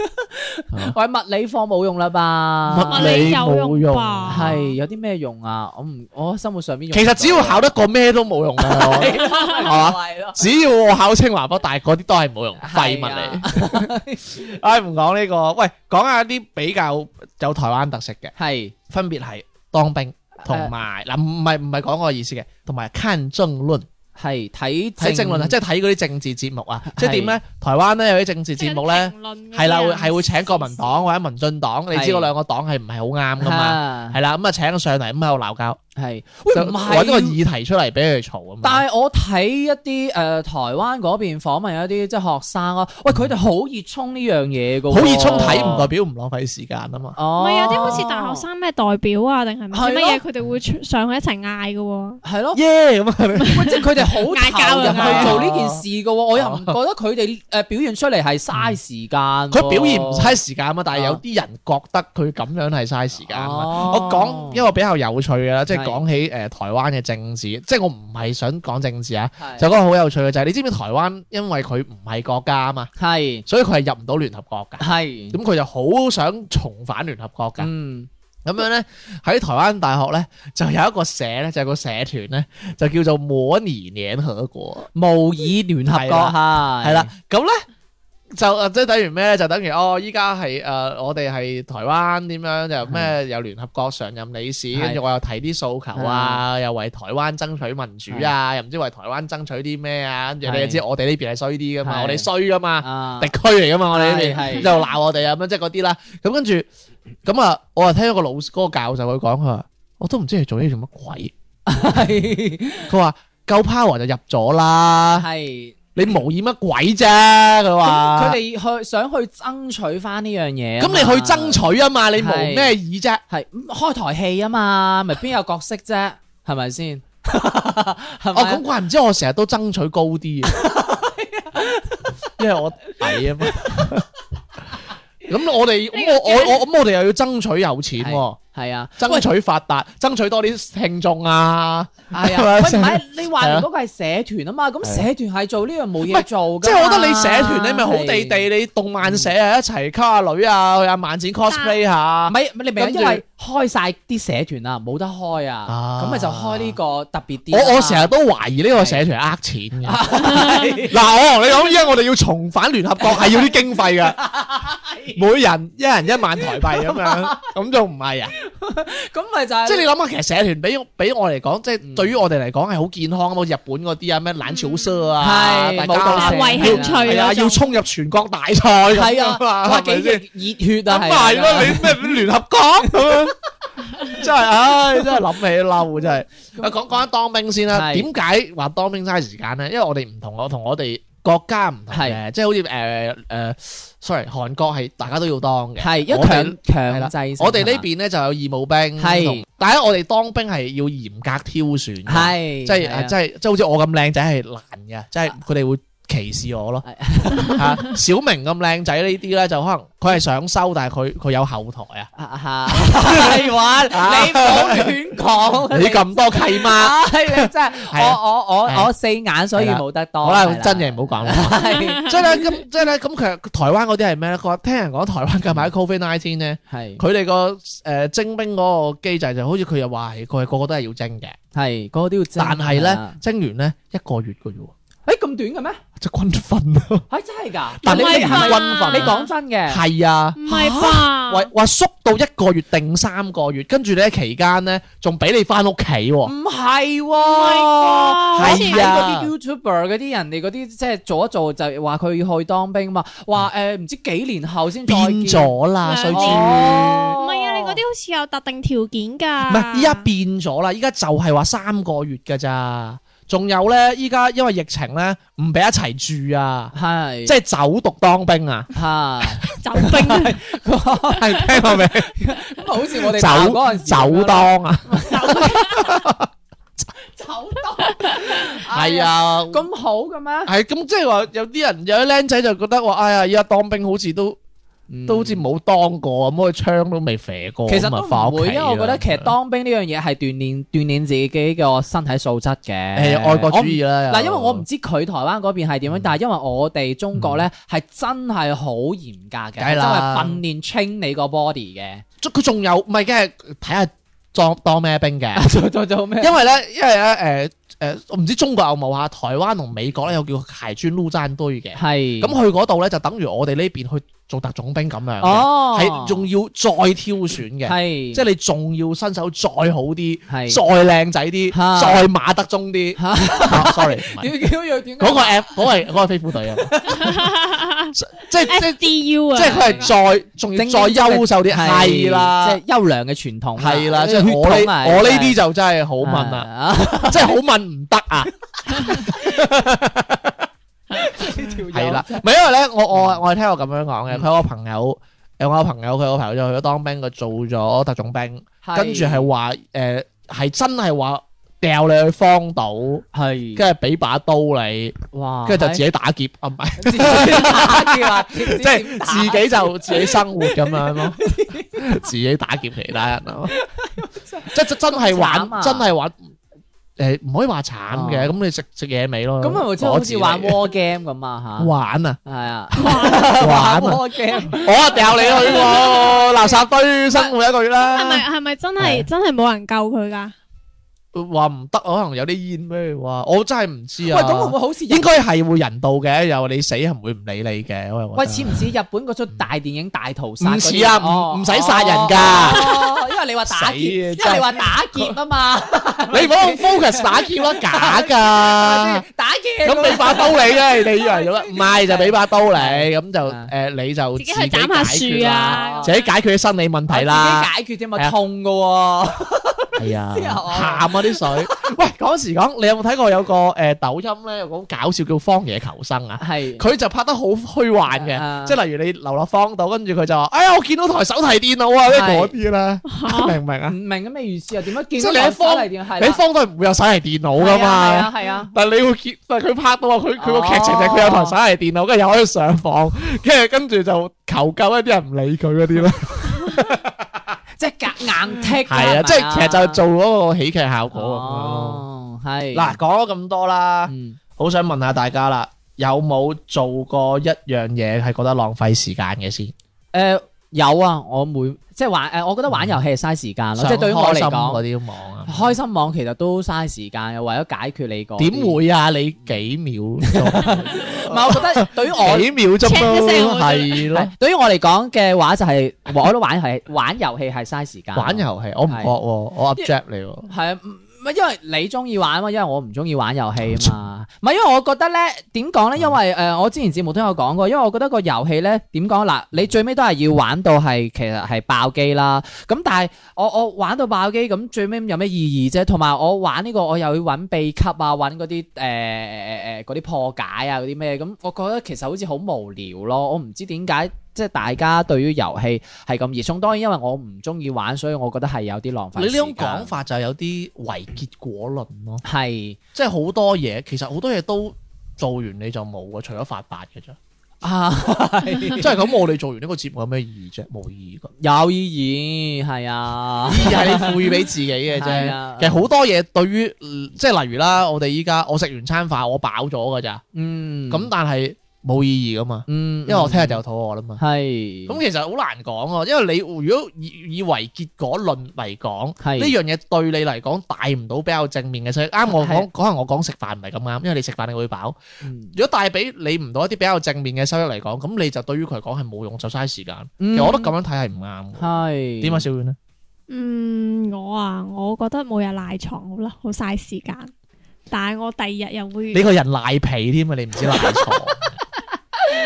Speaker 2: 喂，物理課冇用啦吧？
Speaker 7: 物理哦有
Speaker 1: 冇
Speaker 7: 用
Speaker 1: 用
Speaker 7: 吧？
Speaker 2: 係有啲咩用啊？我唔，我生活上面用
Speaker 1: 其實只要考得過咩都冇用啊， 我覺得
Speaker 2: 係嘛，係咯，
Speaker 1: 只要我考清華北大嗰啲都係冇用，廢物嚟。唉，唔講呢個，喂，講下啲比較有台灣特色嘅，
Speaker 2: 係
Speaker 1: 分別係當兵同埋嗱，唔係唔係講我意思嘅，同埋看政論，
Speaker 2: 係睇
Speaker 1: 睇政論啊，即係睇嗰啲政治節目啊，即係點咧？台灣咧有啲政治節目
Speaker 7: 啊
Speaker 1: 咧，係啦，會係會請國民黨或者民進黨，你知
Speaker 2: 啊係
Speaker 1: 嗰兩個黨係唔係好啱噶嘛？
Speaker 2: 嘛
Speaker 1: 係啦，咁啊請咗上嚟咁喺度鬧交，
Speaker 2: 係
Speaker 1: 就
Speaker 2: 喂唔
Speaker 1: 揾個
Speaker 2: 係喎。
Speaker 1: 議題出嚟俾佢哋嘈啊嘛。
Speaker 2: 但係我睇一啲誒、呃台灣嗰邊訪問一啲即係學生啊，喂佢哋好熱衷呢樣嘢噶，
Speaker 1: 好熱衷睇，唔代表唔浪費時間啊嘛。
Speaker 2: 哦
Speaker 7: 唔係有啲好似大學生咩代表啊，定係唔知乜
Speaker 2: 係
Speaker 7: 嘢，佢哋會出上去一齊嗌嘅喎。
Speaker 2: 係咯。
Speaker 1: 耶咁啊！
Speaker 2: 哦喂，即係佢哋好投入去做呢件事嘅喎，我又唔覺得佢哋誒表現出嚟係嘥時間喎。
Speaker 1: 佢表現唔嘥時間啊嘛，但係有啲人覺得佢咁樣係嘥時間啊嘛。
Speaker 2: 哦
Speaker 1: 我講一個比較有趣嘅啦，即係
Speaker 2: 係
Speaker 1: 講起誒、呃台灣嘅政治，即係我唔係想講政治啊，
Speaker 2: 係
Speaker 1: 就講個好有趣嘅就係、你知唔知台灣因為佢唔係國家啊嘛，
Speaker 2: 係
Speaker 1: 所以佢係入唔到聯合國㗎。
Speaker 2: 係
Speaker 1: 咁佢就好想重返聯合國㗎。
Speaker 2: 嗯
Speaker 1: 咁樣咧喺台灣大學咧就有一個社咧就有個社團咧就叫做模擬聯合國，
Speaker 2: 模擬聯合國
Speaker 1: 係
Speaker 2: 係
Speaker 1: 係啦，。咁咧就呃即係等於咩咧？就等於哦，依家係誒我哋係台灣點樣就咩有聯合國常任理事，
Speaker 2: 嗯係嗯
Speaker 1: 跟住我又提啲訴求啊，又為台灣爭取民主啊，又唔知為台灣爭取啲咩啊，跟住你
Speaker 2: 係
Speaker 1: 就知我哋呢邊係衰啲噶嘛，
Speaker 2: 係
Speaker 1: 我哋衰噶嘛。
Speaker 2: 啊
Speaker 1: 敵區嚟噶嘛，我哋呢
Speaker 2: 係
Speaker 1: 邊
Speaker 2: 係
Speaker 1: 就鬧我哋啊咁樣，即係嗰啲啦。咁跟住咁啊，我啊聽咗個老師嗰個教授佢講，佢話我都唔知你做呢啲做乜鬼。
Speaker 2: 係
Speaker 1: 佢話夠 power 就入咗啦，
Speaker 2: 係
Speaker 1: 你模擬乜鬼啫？佢
Speaker 2: 佢
Speaker 1: 話
Speaker 2: 哋去想去爭取翻呢樣嘢啊
Speaker 1: 咁
Speaker 2: 嘛。
Speaker 1: 你去爭取啊嘛，你模
Speaker 2: 係
Speaker 1: 咩意啫？
Speaker 2: 係嗯開台戲 啊嘛，咪邊有角色啫？係咪先？係
Speaker 1: 哦，
Speaker 2: 咪啊
Speaker 1: 咁怪唔知我成日都爭取高啲 啊，因為我矮啊嘛。咁我哋咁我我我咁我哋又要爭取有錢喎，
Speaker 2: 係 啊，
Speaker 1: 爭取發達，爭取多啲聽眾啊！係咪
Speaker 2: 係啊，喂唔 係你話
Speaker 1: 係啊
Speaker 2: 嗰個係社團啊嘛，咁社團係做呢樣冇
Speaker 1: 唔係
Speaker 2: 嘢做㗎
Speaker 1: 即係我覺得你社團你咪好
Speaker 2: 係
Speaker 1: 地地，你動漫社啊一齊溝下女啊，去下漫展 cosplay 下
Speaker 2: 唔。係你明
Speaker 1: 跟
Speaker 2: 唔明？
Speaker 1: 住
Speaker 2: 因為開晒啲社團啊，冇得開啊
Speaker 1: 啊，
Speaker 2: 咁咪就開呢個特別啲啊嘛。
Speaker 1: 我我成日都懷疑呢個社團呃錢嘅。 嗱，我同你講，依家我哋要重返聯合國係要啲經費 嘅，每人一人一萬台幣咁樣，咁就唔係啊。
Speaker 2: 咁咪就係
Speaker 1: 即係你諗下，其實社團俾俾我嚟講，即係
Speaker 2: 嗯
Speaker 1: 對於我哋嚟講係好健康啊，好似日本嗰啲啊，咩冷潮社啊，
Speaker 2: 係
Speaker 1: 大
Speaker 2: 冇
Speaker 1: 家
Speaker 2: 到
Speaker 7: 社為興趣
Speaker 1: 係啊，
Speaker 7: 嗰種
Speaker 1: 要衝入全國大賽咁
Speaker 2: 係
Speaker 1: 樣
Speaker 2: 啊，哇
Speaker 1: 嘛，
Speaker 2: 幾
Speaker 1: 係咪先？
Speaker 2: 熱血啊，
Speaker 1: 咁
Speaker 2: 係啊
Speaker 1: 咪咯，你咩聯合國咁樣？ 真係，唉，真係諗起都嬲，真係。啊，講講一當兵先啦。
Speaker 2: 係
Speaker 1: 點解話當兵嘥時間咧？因為我哋唔同，我同我哋國家唔同嘅，
Speaker 2: 係
Speaker 1: 即係好似誒誒，sorry，韓國係大家都要當嘅。
Speaker 2: 係一
Speaker 1: 我哋
Speaker 2: 強強制性，
Speaker 1: 我哋呢邊咧就有義務兵，
Speaker 2: 係
Speaker 1: 同但係我哋當兵係要嚴格挑選嘅，
Speaker 2: 係
Speaker 1: 即係即係即係好似我咁靚仔係難嘅，即係佢哋會歧視我咯。 啊，小明咁靚仔呢啲咧就可能佢係想收，但係佢佢有後台 啊。
Speaker 2: 嚇係話你唔好亂講，
Speaker 1: 你咁多契媽，
Speaker 2: 唉你真係
Speaker 1: 係
Speaker 2: 我
Speaker 1: 啊係
Speaker 2: 我
Speaker 1: 啊
Speaker 2: 我我四眼，所以冇得當。
Speaker 1: 好啦
Speaker 2: 係，
Speaker 1: 真嘢唔好講啦。
Speaker 2: 係
Speaker 1: 即係咧，咁即係咧，咁佢台灣嗰啲係咩咧？佢話聽人講台灣近排 Covid nineteen 咧，
Speaker 2: 係
Speaker 1: 佢哋個誒徵兵嗰個機制就好似佢又話係佢係個個都係要徵嘅，
Speaker 2: 係嗰個都要精
Speaker 1: 但係咧
Speaker 2: 啊
Speaker 1: 徵完咧一個月嘅啫喎，
Speaker 2: 誒咁短嘅咩？
Speaker 1: 即係軍訓 啊！
Speaker 2: 係真係㗎，
Speaker 1: 但
Speaker 2: 你
Speaker 1: 你
Speaker 2: 你
Speaker 1: 唔係
Speaker 2: 係
Speaker 1: 軍訓，
Speaker 2: 你講真嘅，
Speaker 1: 係啊
Speaker 7: 唔。係
Speaker 2: 嗯
Speaker 7: 吧？
Speaker 1: 話話縮到一個月定三個月，跟住咧期間咧仲俾你翻屋企喎，
Speaker 2: 唔係
Speaker 7: 係
Speaker 2: 喎，我
Speaker 1: 啊
Speaker 2: 睇嗰啲 YouTuber 嗰啲人哋嗰啲即係做一做就話佢要去當兵嘛，話誒唔知幾年後先再
Speaker 1: 變
Speaker 2: 見哦
Speaker 1: 咗啦，水
Speaker 7: 兩
Speaker 1: 豬。
Speaker 7: 唔係啊，你嗰啲好似有特定條件㗎。
Speaker 1: 唔係，依家變咗啦，依家就係話三個月㗎咋。仲有咧，依家因為疫情咧，唔俾一齊住啊，
Speaker 2: 係
Speaker 1: 即係走讀當兵啊，
Speaker 2: 係
Speaker 7: 走兵，
Speaker 1: 係聽 過未？
Speaker 2: 咁好似我哋大學
Speaker 1: 走
Speaker 2: 嗰陣時咁樣
Speaker 1: 走
Speaker 2: 啦
Speaker 1: 當啊，
Speaker 2: 走當
Speaker 1: 係，啊，咁
Speaker 2: 咁好嘅咩？
Speaker 1: 係咁，即係話有啲人有啲僆仔就覺得話，哎呀，依家當兵好似都都好似冇當過咁，個槍嗯都未射過，
Speaker 2: 嗯其實
Speaker 1: 咁
Speaker 2: 都
Speaker 1: 啊翻
Speaker 2: 唔
Speaker 1: 屋
Speaker 2: 會，
Speaker 1: 企
Speaker 2: 因為我覺得
Speaker 1: 啦
Speaker 2: 其實當兵呢樣嘢係鍛鍊鍛鍊自己個身體素質嘅。
Speaker 1: 誒啊愛國主
Speaker 2: 我唔
Speaker 1: 義嗯啦，
Speaker 2: 嗱，
Speaker 1: 又
Speaker 2: 因為我唔知佢台灣嗰邊係點樣，但係因為我哋中國咧係真係好嚴格
Speaker 1: 嗯梗係
Speaker 2: 嘅，真
Speaker 1: 啦
Speaker 2: 係訓練 train 你個 body 嘅。
Speaker 1: 佢仲有唔係嘅，睇下當當咩兵 嘅。
Speaker 2: 做做做咩？
Speaker 1: 因為咧，因為咧，誒、誒，我唔知中國有冇啊，台灣同美國咧有叫鞋磚擼踭堆嘅，
Speaker 2: 係
Speaker 1: 咁去嗰度咧就等於我哋呢邊去做特種兵咁樣嘅，
Speaker 2: 哦，
Speaker 1: 係仲、要再挑選嘅，
Speaker 2: 係
Speaker 1: 即係你仲要身手再好啲，再
Speaker 2: 係
Speaker 1: 靚仔啲，
Speaker 2: 係
Speaker 1: 再馬德中啲。
Speaker 2: 嚇
Speaker 1: 啊 sorry，唔係
Speaker 2: 點點樣點解
Speaker 1: 嗰個 app 嗰個係嗰個係飛虎隊啊，即係即係
Speaker 7: SDU 啊，
Speaker 1: 即係佢係再仲要
Speaker 2: 正
Speaker 1: 再優秀啲，係啦
Speaker 2: 即。係優良嘅傳統啊，
Speaker 1: 係啦，即係我呢
Speaker 2: 血統啊
Speaker 1: 我呢啲就真係好
Speaker 2: 真係
Speaker 1: 問啦，
Speaker 2: 啊，
Speaker 1: 即係好問唔得啊，係
Speaker 2: 係
Speaker 1: 啦，唔係因為咧，我我我係聽我咁樣講嘅，佢有個朋友，誒我有朋友，佢有個朋友就去咗當兵，佢做咗特種兵，跟住係話誒係真係話掉你去荒島，
Speaker 2: 係
Speaker 1: 跟住俾把刀你，
Speaker 2: 哇，
Speaker 1: 跟住就自己打劫，啊唔係。
Speaker 2: 自己打劫啊，即
Speaker 1: 即係自己就自己生活咁樣 咯，自己打劫其他人咯，即係真係
Speaker 2: 咁慘
Speaker 1: 玩，
Speaker 2: 啊
Speaker 1: 真係玩。誒唔可以話慘嘅，
Speaker 2: 哦
Speaker 1: 咁你食食野味咯。
Speaker 2: 咁啊，咪即係好似玩
Speaker 1: 攞紙
Speaker 2: war game 咁啊
Speaker 1: 嚟玩啊，
Speaker 2: 嚇，係啊，
Speaker 1: 玩啊！
Speaker 2: war game
Speaker 1: 我啊掉你去 個垃圾堆生活一個月
Speaker 7: 係咪
Speaker 1: 啦。
Speaker 7: 係咪真
Speaker 1: 係
Speaker 7: 係真係冇人救佢㗎？
Speaker 1: 話唔得，可能有啲煙咩？話我真係唔知
Speaker 2: 喂，
Speaker 1: 啊。
Speaker 2: 咁會唔會好似
Speaker 1: 應該係會人道嘅，又你死係唔會唔理你嘅。我又覺得
Speaker 2: 喂，似唔似日本嗰出大電影《大屠殺》嗰啲？
Speaker 1: 唔似啊唔
Speaker 2: 哦
Speaker 1: 唔使殺人㗎
Speaker 2: 哦因為你話打劫，因為
Speaker 1: 死啊真係
Speaker 2: 你話打劫啊嘛，
Speaker 1: 你唔好咁 focus 打劫啦，假㗎。
Speaker 2: 打劫
Speaker 1: 咁俾把刀你啫，你以為咁啊？唔係就俾把刀你，咁就
Speaker 2: 係
Speaker 1: 誒你就
Speaker 7: 自己去
Speaker 1: 解
Speaker 7: 斬下樹
Speaker 1: 決
Speaker 2: à.
Speaker 1: 啦，
Speaker 7: 啊，
Speaker 1: 自己解決生理問題啦，
Speaker 2: 自己解決添
Speaker 1: 係
Speaker 2: 嘛，
Speaker 1: 啊
Speaker 2: 痛㗎喎。
Speaker 1: 係啊，
Speaker 2: 之後
Speaker 1: 喊啊啲水。喂，講時講，你有冇睇過有個誒抖音咧有個好搞笑叫《荒野求生》啊？
Speaker 2: 係
Speaker 1: 佢就拍得好虛幻嘅，
Speaker 2: 啊
Speaker 1: 即係例如你流落荒島，跟住佢就話：哎呀，我見到台手提電腦啊，即係嗰啲啦，明唔明
Speaker 2: 唔
Speaker 1: 啊？
Speaker 2: 明咁咩意思啊？點樣見
Speaker 1: 即係
Speaker 2: 到
Speaker 1: 你喺
Speaker 2: 手
Speaker 1: 荒
Speaker 2: 提電話係
Speaker 1: 你
Speaker 2: 啦
Speaker 1: 荒島唔會有手提電腦噶
Speaker 2: 係
Speaker 1: 嘛？
Speaker 2: 啊係啊，
Speaker 1: 但係你會見，但係佢拍到話佢佢個劇情就係佢有台手提電腦，跟住又可以上網，跟住跟住就求救一啲人唔理佢嗰啲咯。
Speaker 2: 即係夾硬剔啦。
Speaker 1: 係啊，
Speaker 2: 咪
Speaker 1: 即係其實就做嗰個喜劇效果咁樣咯。
Speaker 2: 哦，係
Speaker 1: 嗱，講咗咁多啦，
Speaker 2: 嗯
Speaker 1: 好想問下大家啦，有冇做過一樣嘢係覺得浪費時間嘅先？
Speaker 2: 誒有啊，我每即係玩誒，我覺得玩遊戲係嘥時間咯，即係對於我嚟
Speaker 1: 想開
Speaker 2: 講
Speaker 1: 心嗰。啲網啊，
Speaker 2: 開心網其實都嘥時間嘅，為咗解決你個
Speaker 1: 點？會啊？你幾秒 鐘？
Speaker 2: 唔係，我覺得對於我
Speaker 1: 幾秒鐘
Speaker 7: check 一聲
Speaker 1: 咯，
Speaker 7: 我
Speaker 1: 係咯
Speaker 2: 係。對於我嚟講嘅話，就係我都玩係玩遊戲係嘥時間。
Speaker 1: 玩遊戲，我唔覺喎，我 object 你喎。
Speaker 2: 係啊，唔唔係因為你中意玩嘛，因為我唔中意玩遊戲啊嘛。唔係因為我覺得咧點講咧，因為
Speaker 1: 嗯
Speaker 2: 誒、呃我之前節目都有講過，因為我覺得個遊戲咧點講嗱，你最尾都係要玩到係其實係爆機啦。咁但係我我玩到爆機，咁最尾有咩意義啫？同埋我玩呢、個我又要揾秘笈啊，揾嗰啲誒誒誒嗰啲破解啊嗰啲咩咁，我覺得其實好似好無聊咯。我唔知點解即係大家對於遊戲係咁熱衷，當然因為我唔中意玩，所以我覺得係有啲浪費
Speaker 1: 你呢種
Speaker 2: 時間
Speaker 1: 講法就有啲唯結果論咯，
Speaker 2: 係
Speaker 1: 即係好多嘢，其實好多嘢都做完你就冇嘅，除咗發達嘅啫。
Speaker 2: 啊，
Speaker 1: 即係咁，我哋做完呢個節目有咩意義啫？冇意義噶，
Speaker 2: 有意義係啊，
Speaker 1: 意義係你賦予俾自己嘅
Speaker 2: 係
Speaker 1: 啫
Speaker 2: 啊。
Speaker 1: 其實好多嘢對於，嗯即係例如啦，我哋依家我食完餐飯我飽咗噶咋，
Speaker 2: 嗯，
Speaker 1: 咁但係冇意義噶嘛，
Speaker 2: 嗯，
Speaker 1: 因為我聽日就肚餓啦嘛。
Speaker 2: 係
Speaker 1: 咁其實好難講喎，因為你如果以以為結果論嚟講，
Speaker 2: 係
Speaker 1: 呢樣嘢對你嚟講帶唔到比較正面嘅，所以啱我講
Speaker 2: 係
Speaker 1: 可能我講食飯唔係咁啱，因為你食飯你會飽。
Speaker 2: 嗯
Speaker 1: 如果帶俾你唔到一啲比較正面嘅收益嚟講，咁你就對於佢嚟講係冇用，就嘥時間。其
Speaker 2: 嗯
Speaker 1: 實我覺得咁樣睇係唔啱嘅。
Speaker 2: 係
Speaker 1: 點啊，小遠呢？
Speaker 7: 嗯，我啊，我覺得每日賴床好啦，好嘥時間。但係我第二日又會
Speaker 1: 你個人賴皮添啊！你唔知賴床，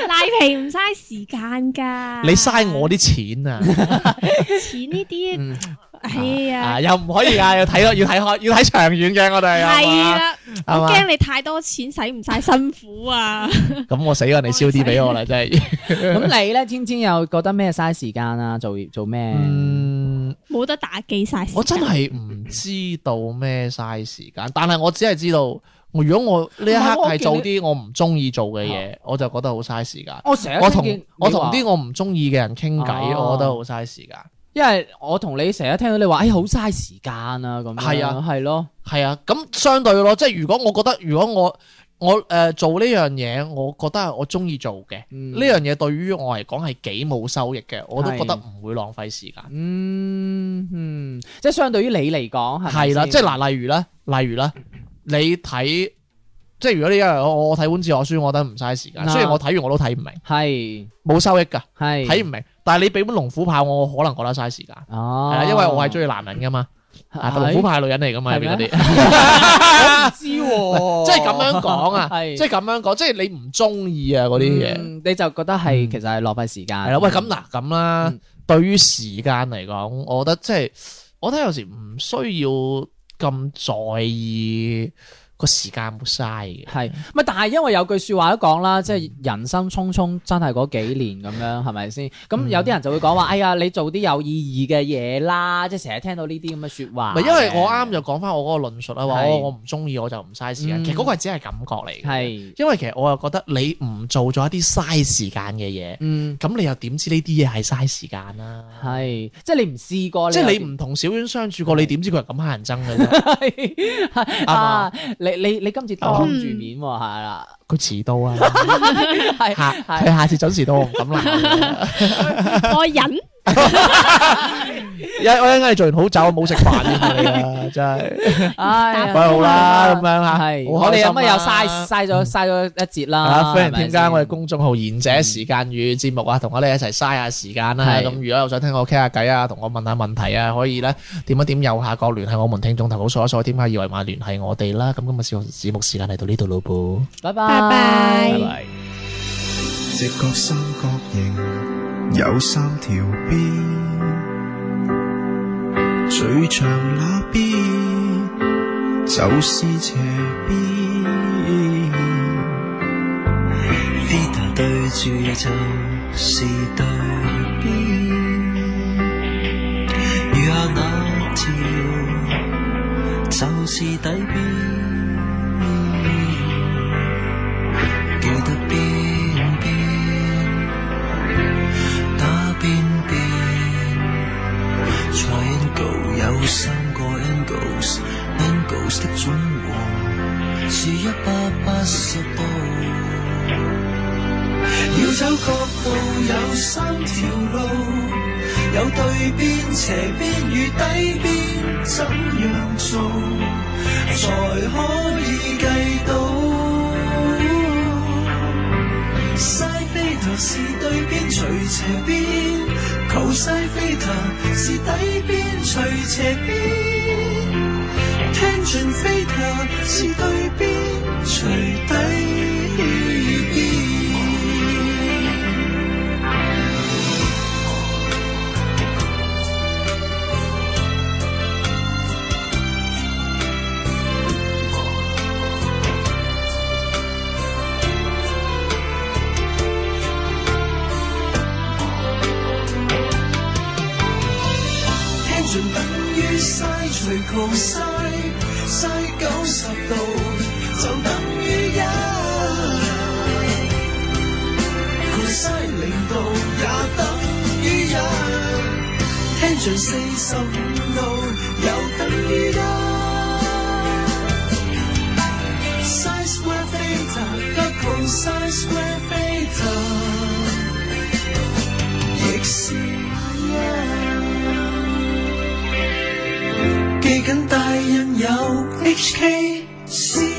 Speaker 7: 賴皮唔嘥時間㗎。
Speaker 1: 你嘥我啲錢啊！
Speaker 7: 錢呢啲，
Speaker 2: 嗯
Speaker 7: 哎
Speaker 1: 啊，
Speaker 7: 呀，
Speaker 1: 又唔可以啊！要睇 咯，要睇開，要睇長遠嘅，我哋
Speaker 7: 係
Speaker 1: 係嘛啊
Speaker 7: 啦，我
Speaker 1: 係嘛
Speaker 7: 驚你太多錢使唔晒，辛苦啊！
Speaker 1: 咁我死啦！你燒啲俾我啦，真係。
Speaker 2: 咁你咧，天天又覺得咩嘥時間啊？做做咩？
Speaker 1: 嗯。
Speaker 7: 冇得打機晒時間。
Speaker 1: 我真係唔知道咩嘥時間，但係我只係知道，我如果我呢一刻
Speaker 2: 唔係我
Speaker 1: 係
Speaker 2: 見
Speaker 1: 做
Speaker 2: 你啊
Speaker 1: 啲我唔中意做嘅嘢，我就覺得好嘥時間。
Speaker 2: 我成日
Speaker 1: 我
Speaker 2: 聽
Speaker 1: 同
Speaker 2: 見
Speaker 1: 我
Speaker 2: 你
Speaker 1: 同
Speaker 2: 話
Speaker 1: 啲我唔中意嘅人傾偈，
Speaker 2: 哦
Speaker 1: 我覺得好嘥時間。
Speaker 2: 因為我同你成日聽到你話，哎，好嘥時間啊，咁樣
Speaker 1: 係啊，
Speaker 2: 係咯，
Speaker 1: 係啊，咁相對咯，即係如果我覺得，如果我我誒、呃做呢樣嘢，我覺得係我中意做嘅，
Speaker 2: 嗯
Speaker 1: 呢樣嘢對於我嚟講係幾冇收益嘅，我都
Speaker 2: 係
Speaker 1: 覺得唔會浪費時間。
Speaker 2: 嗯嗯，即係相對於你嚟講係咪
Speaker 1: 係啦，
Speaker 2: 先
Speaker 1: 即係嗱，例如啦，例如啦，你睇，即係如果你因為我我睇本哲學書，我覺得唔嘥時間。
Speaker 2: 啊嗯
Speaker 1: 雖然我睇完我都睇唔明，
Speaker 2: 係
Speaker 1: 冇收益㗎，
Speaker 2: 係
Speaker 1: 睇唔明。但係你俾本龍虎豹我，我可能覺得嘥時間。
Speaker 2: 哦
Speaker 1: 係啦，因為我係中意男人㗎嘛。啊，特朗普派女人嚟噶嘛，入邊嗰
Speaker 2: 係咩
Speaker 1: 啲。
Speaker 2: 知喎，
Speaker 1: 即係咁樣講啊，
Speaker 2: 係
Speaker 1: 即係咁樣講，即係你唔中意啊嗰啲嘢。
Speaker 2: 嗯你就覺得係
Speaker 1: 嗯
Speaker 2: 其實係浪費時間。
Speaker 1: 係啦，喂，咁嗱咁啦
Speaker 2: 嗯，
Speaker 1: 對於時間嚟講，我覺得即係，我覺得有時唔需要咁在意個時間冇嘥嘅。
Speaker 2: 係，咪但係因為有句説話都講啦，即係人生匆匆，真係嗰幾年咁樣，係咪先？咁有啲人就會講話，哎呀，你做啲有意義嘅嘢啦，即係成日聽到呢啲咁嘅説話
Speaker 1: 唔
Speaker 2: 嘅。
Speaker 1: 係因為我啱就講翻我嗰個論述啦，話
Speaker 2: 係
Speaker 1: 我我唔中意我就唔嘥時間。
Speaker 2: 嗯
Speaker 1: 其實嗰個係只係感覺嚟嘅，
Speaker 2: 係，
Speaker 1: 因為其實我又覺得你唔做咗一啲嘥時間嘅嘢，
Speaker 2: 嗯，
Speaker 1: 咁你又點知呢啲嘢係嘥時間啦？
Speaker 2: 係，即係你唔試過，
Speaker 1: 即係
Speaker 2: 又
Speaker 1: 你唔同小丸相處過，你點知佢係咁乞人憎嘅啫？
Speaker 2: 係 啊
Speaker 1: 嘛？
Speaker 2: 你你你今次當住面喎，係啦，
Speaker 1: 佢遲到啊，
Speaker 2: 係
Speaker 1: 下 佢
Speaker 2: 係
Speaker 1: 下次準時到，我唔敢鬧。
Speaker 7: 我忍
Speaker 1: 一我一陣間你做完好酒，冇食飯添你啊，真 係
Speaker 2: 唉，
Speaker 1: 喂好啦咁樣 嚇
Speaker 2: 係
Speaker 1: 好
Speaker 2: 我
Speaker 1: 開
Speaker 2: 哋
Speaker 1: 心啊
Speaker 2: 有乜又
Speaker 1: 啦
Speaker 2: 嘥嘥咗嘥咗一節啦
Speaker 1: 啊！，歡迎
Speaker 2: 係咪
Speaker 1: 添加
Speaker 2: 先
Speaker 1: 我哋公眾號賢者時間與節目啊，同我哋一齊嘥下時間啦。
Speaker 2: 係
Speaker 1: 咁如果有想聽我傾下偈啊，同我問下問題啊，可以咧點一點右下角聯繫我們聽眾投稿，掃一掃點下二維碼聯繫我哋啦。咁今日節目節目時間嚟到呢度咯噃。
Speaker 2: 拜拜
Speaker 7: 拜拜
Speaker 2: 拜拜。
Speaker 8: 直角三角形有三條邊，最長那邊就是斜邊。
Speaker 9: theta 對住就是對邊，餘下那條就是底邊，叫得邊邊，打邊邊。triangle 有三個 angles，angles 的總和是一百八十度。要走角度有三條路，有對邊、斜邊與底邊，怎樣做才可以計到？西非塔是對邊除斜邊，求西非塔是底邊除斜邊。聽盡飛塔是對邊，隨底邊。聽盡等於嘥除狂嘥，嘥九十度就等於一。狂嘥零度也等於一，聽盡四十五度又等於一。Sin square theta 加 cosine square theta 亦是一。記緊大印有 HK C E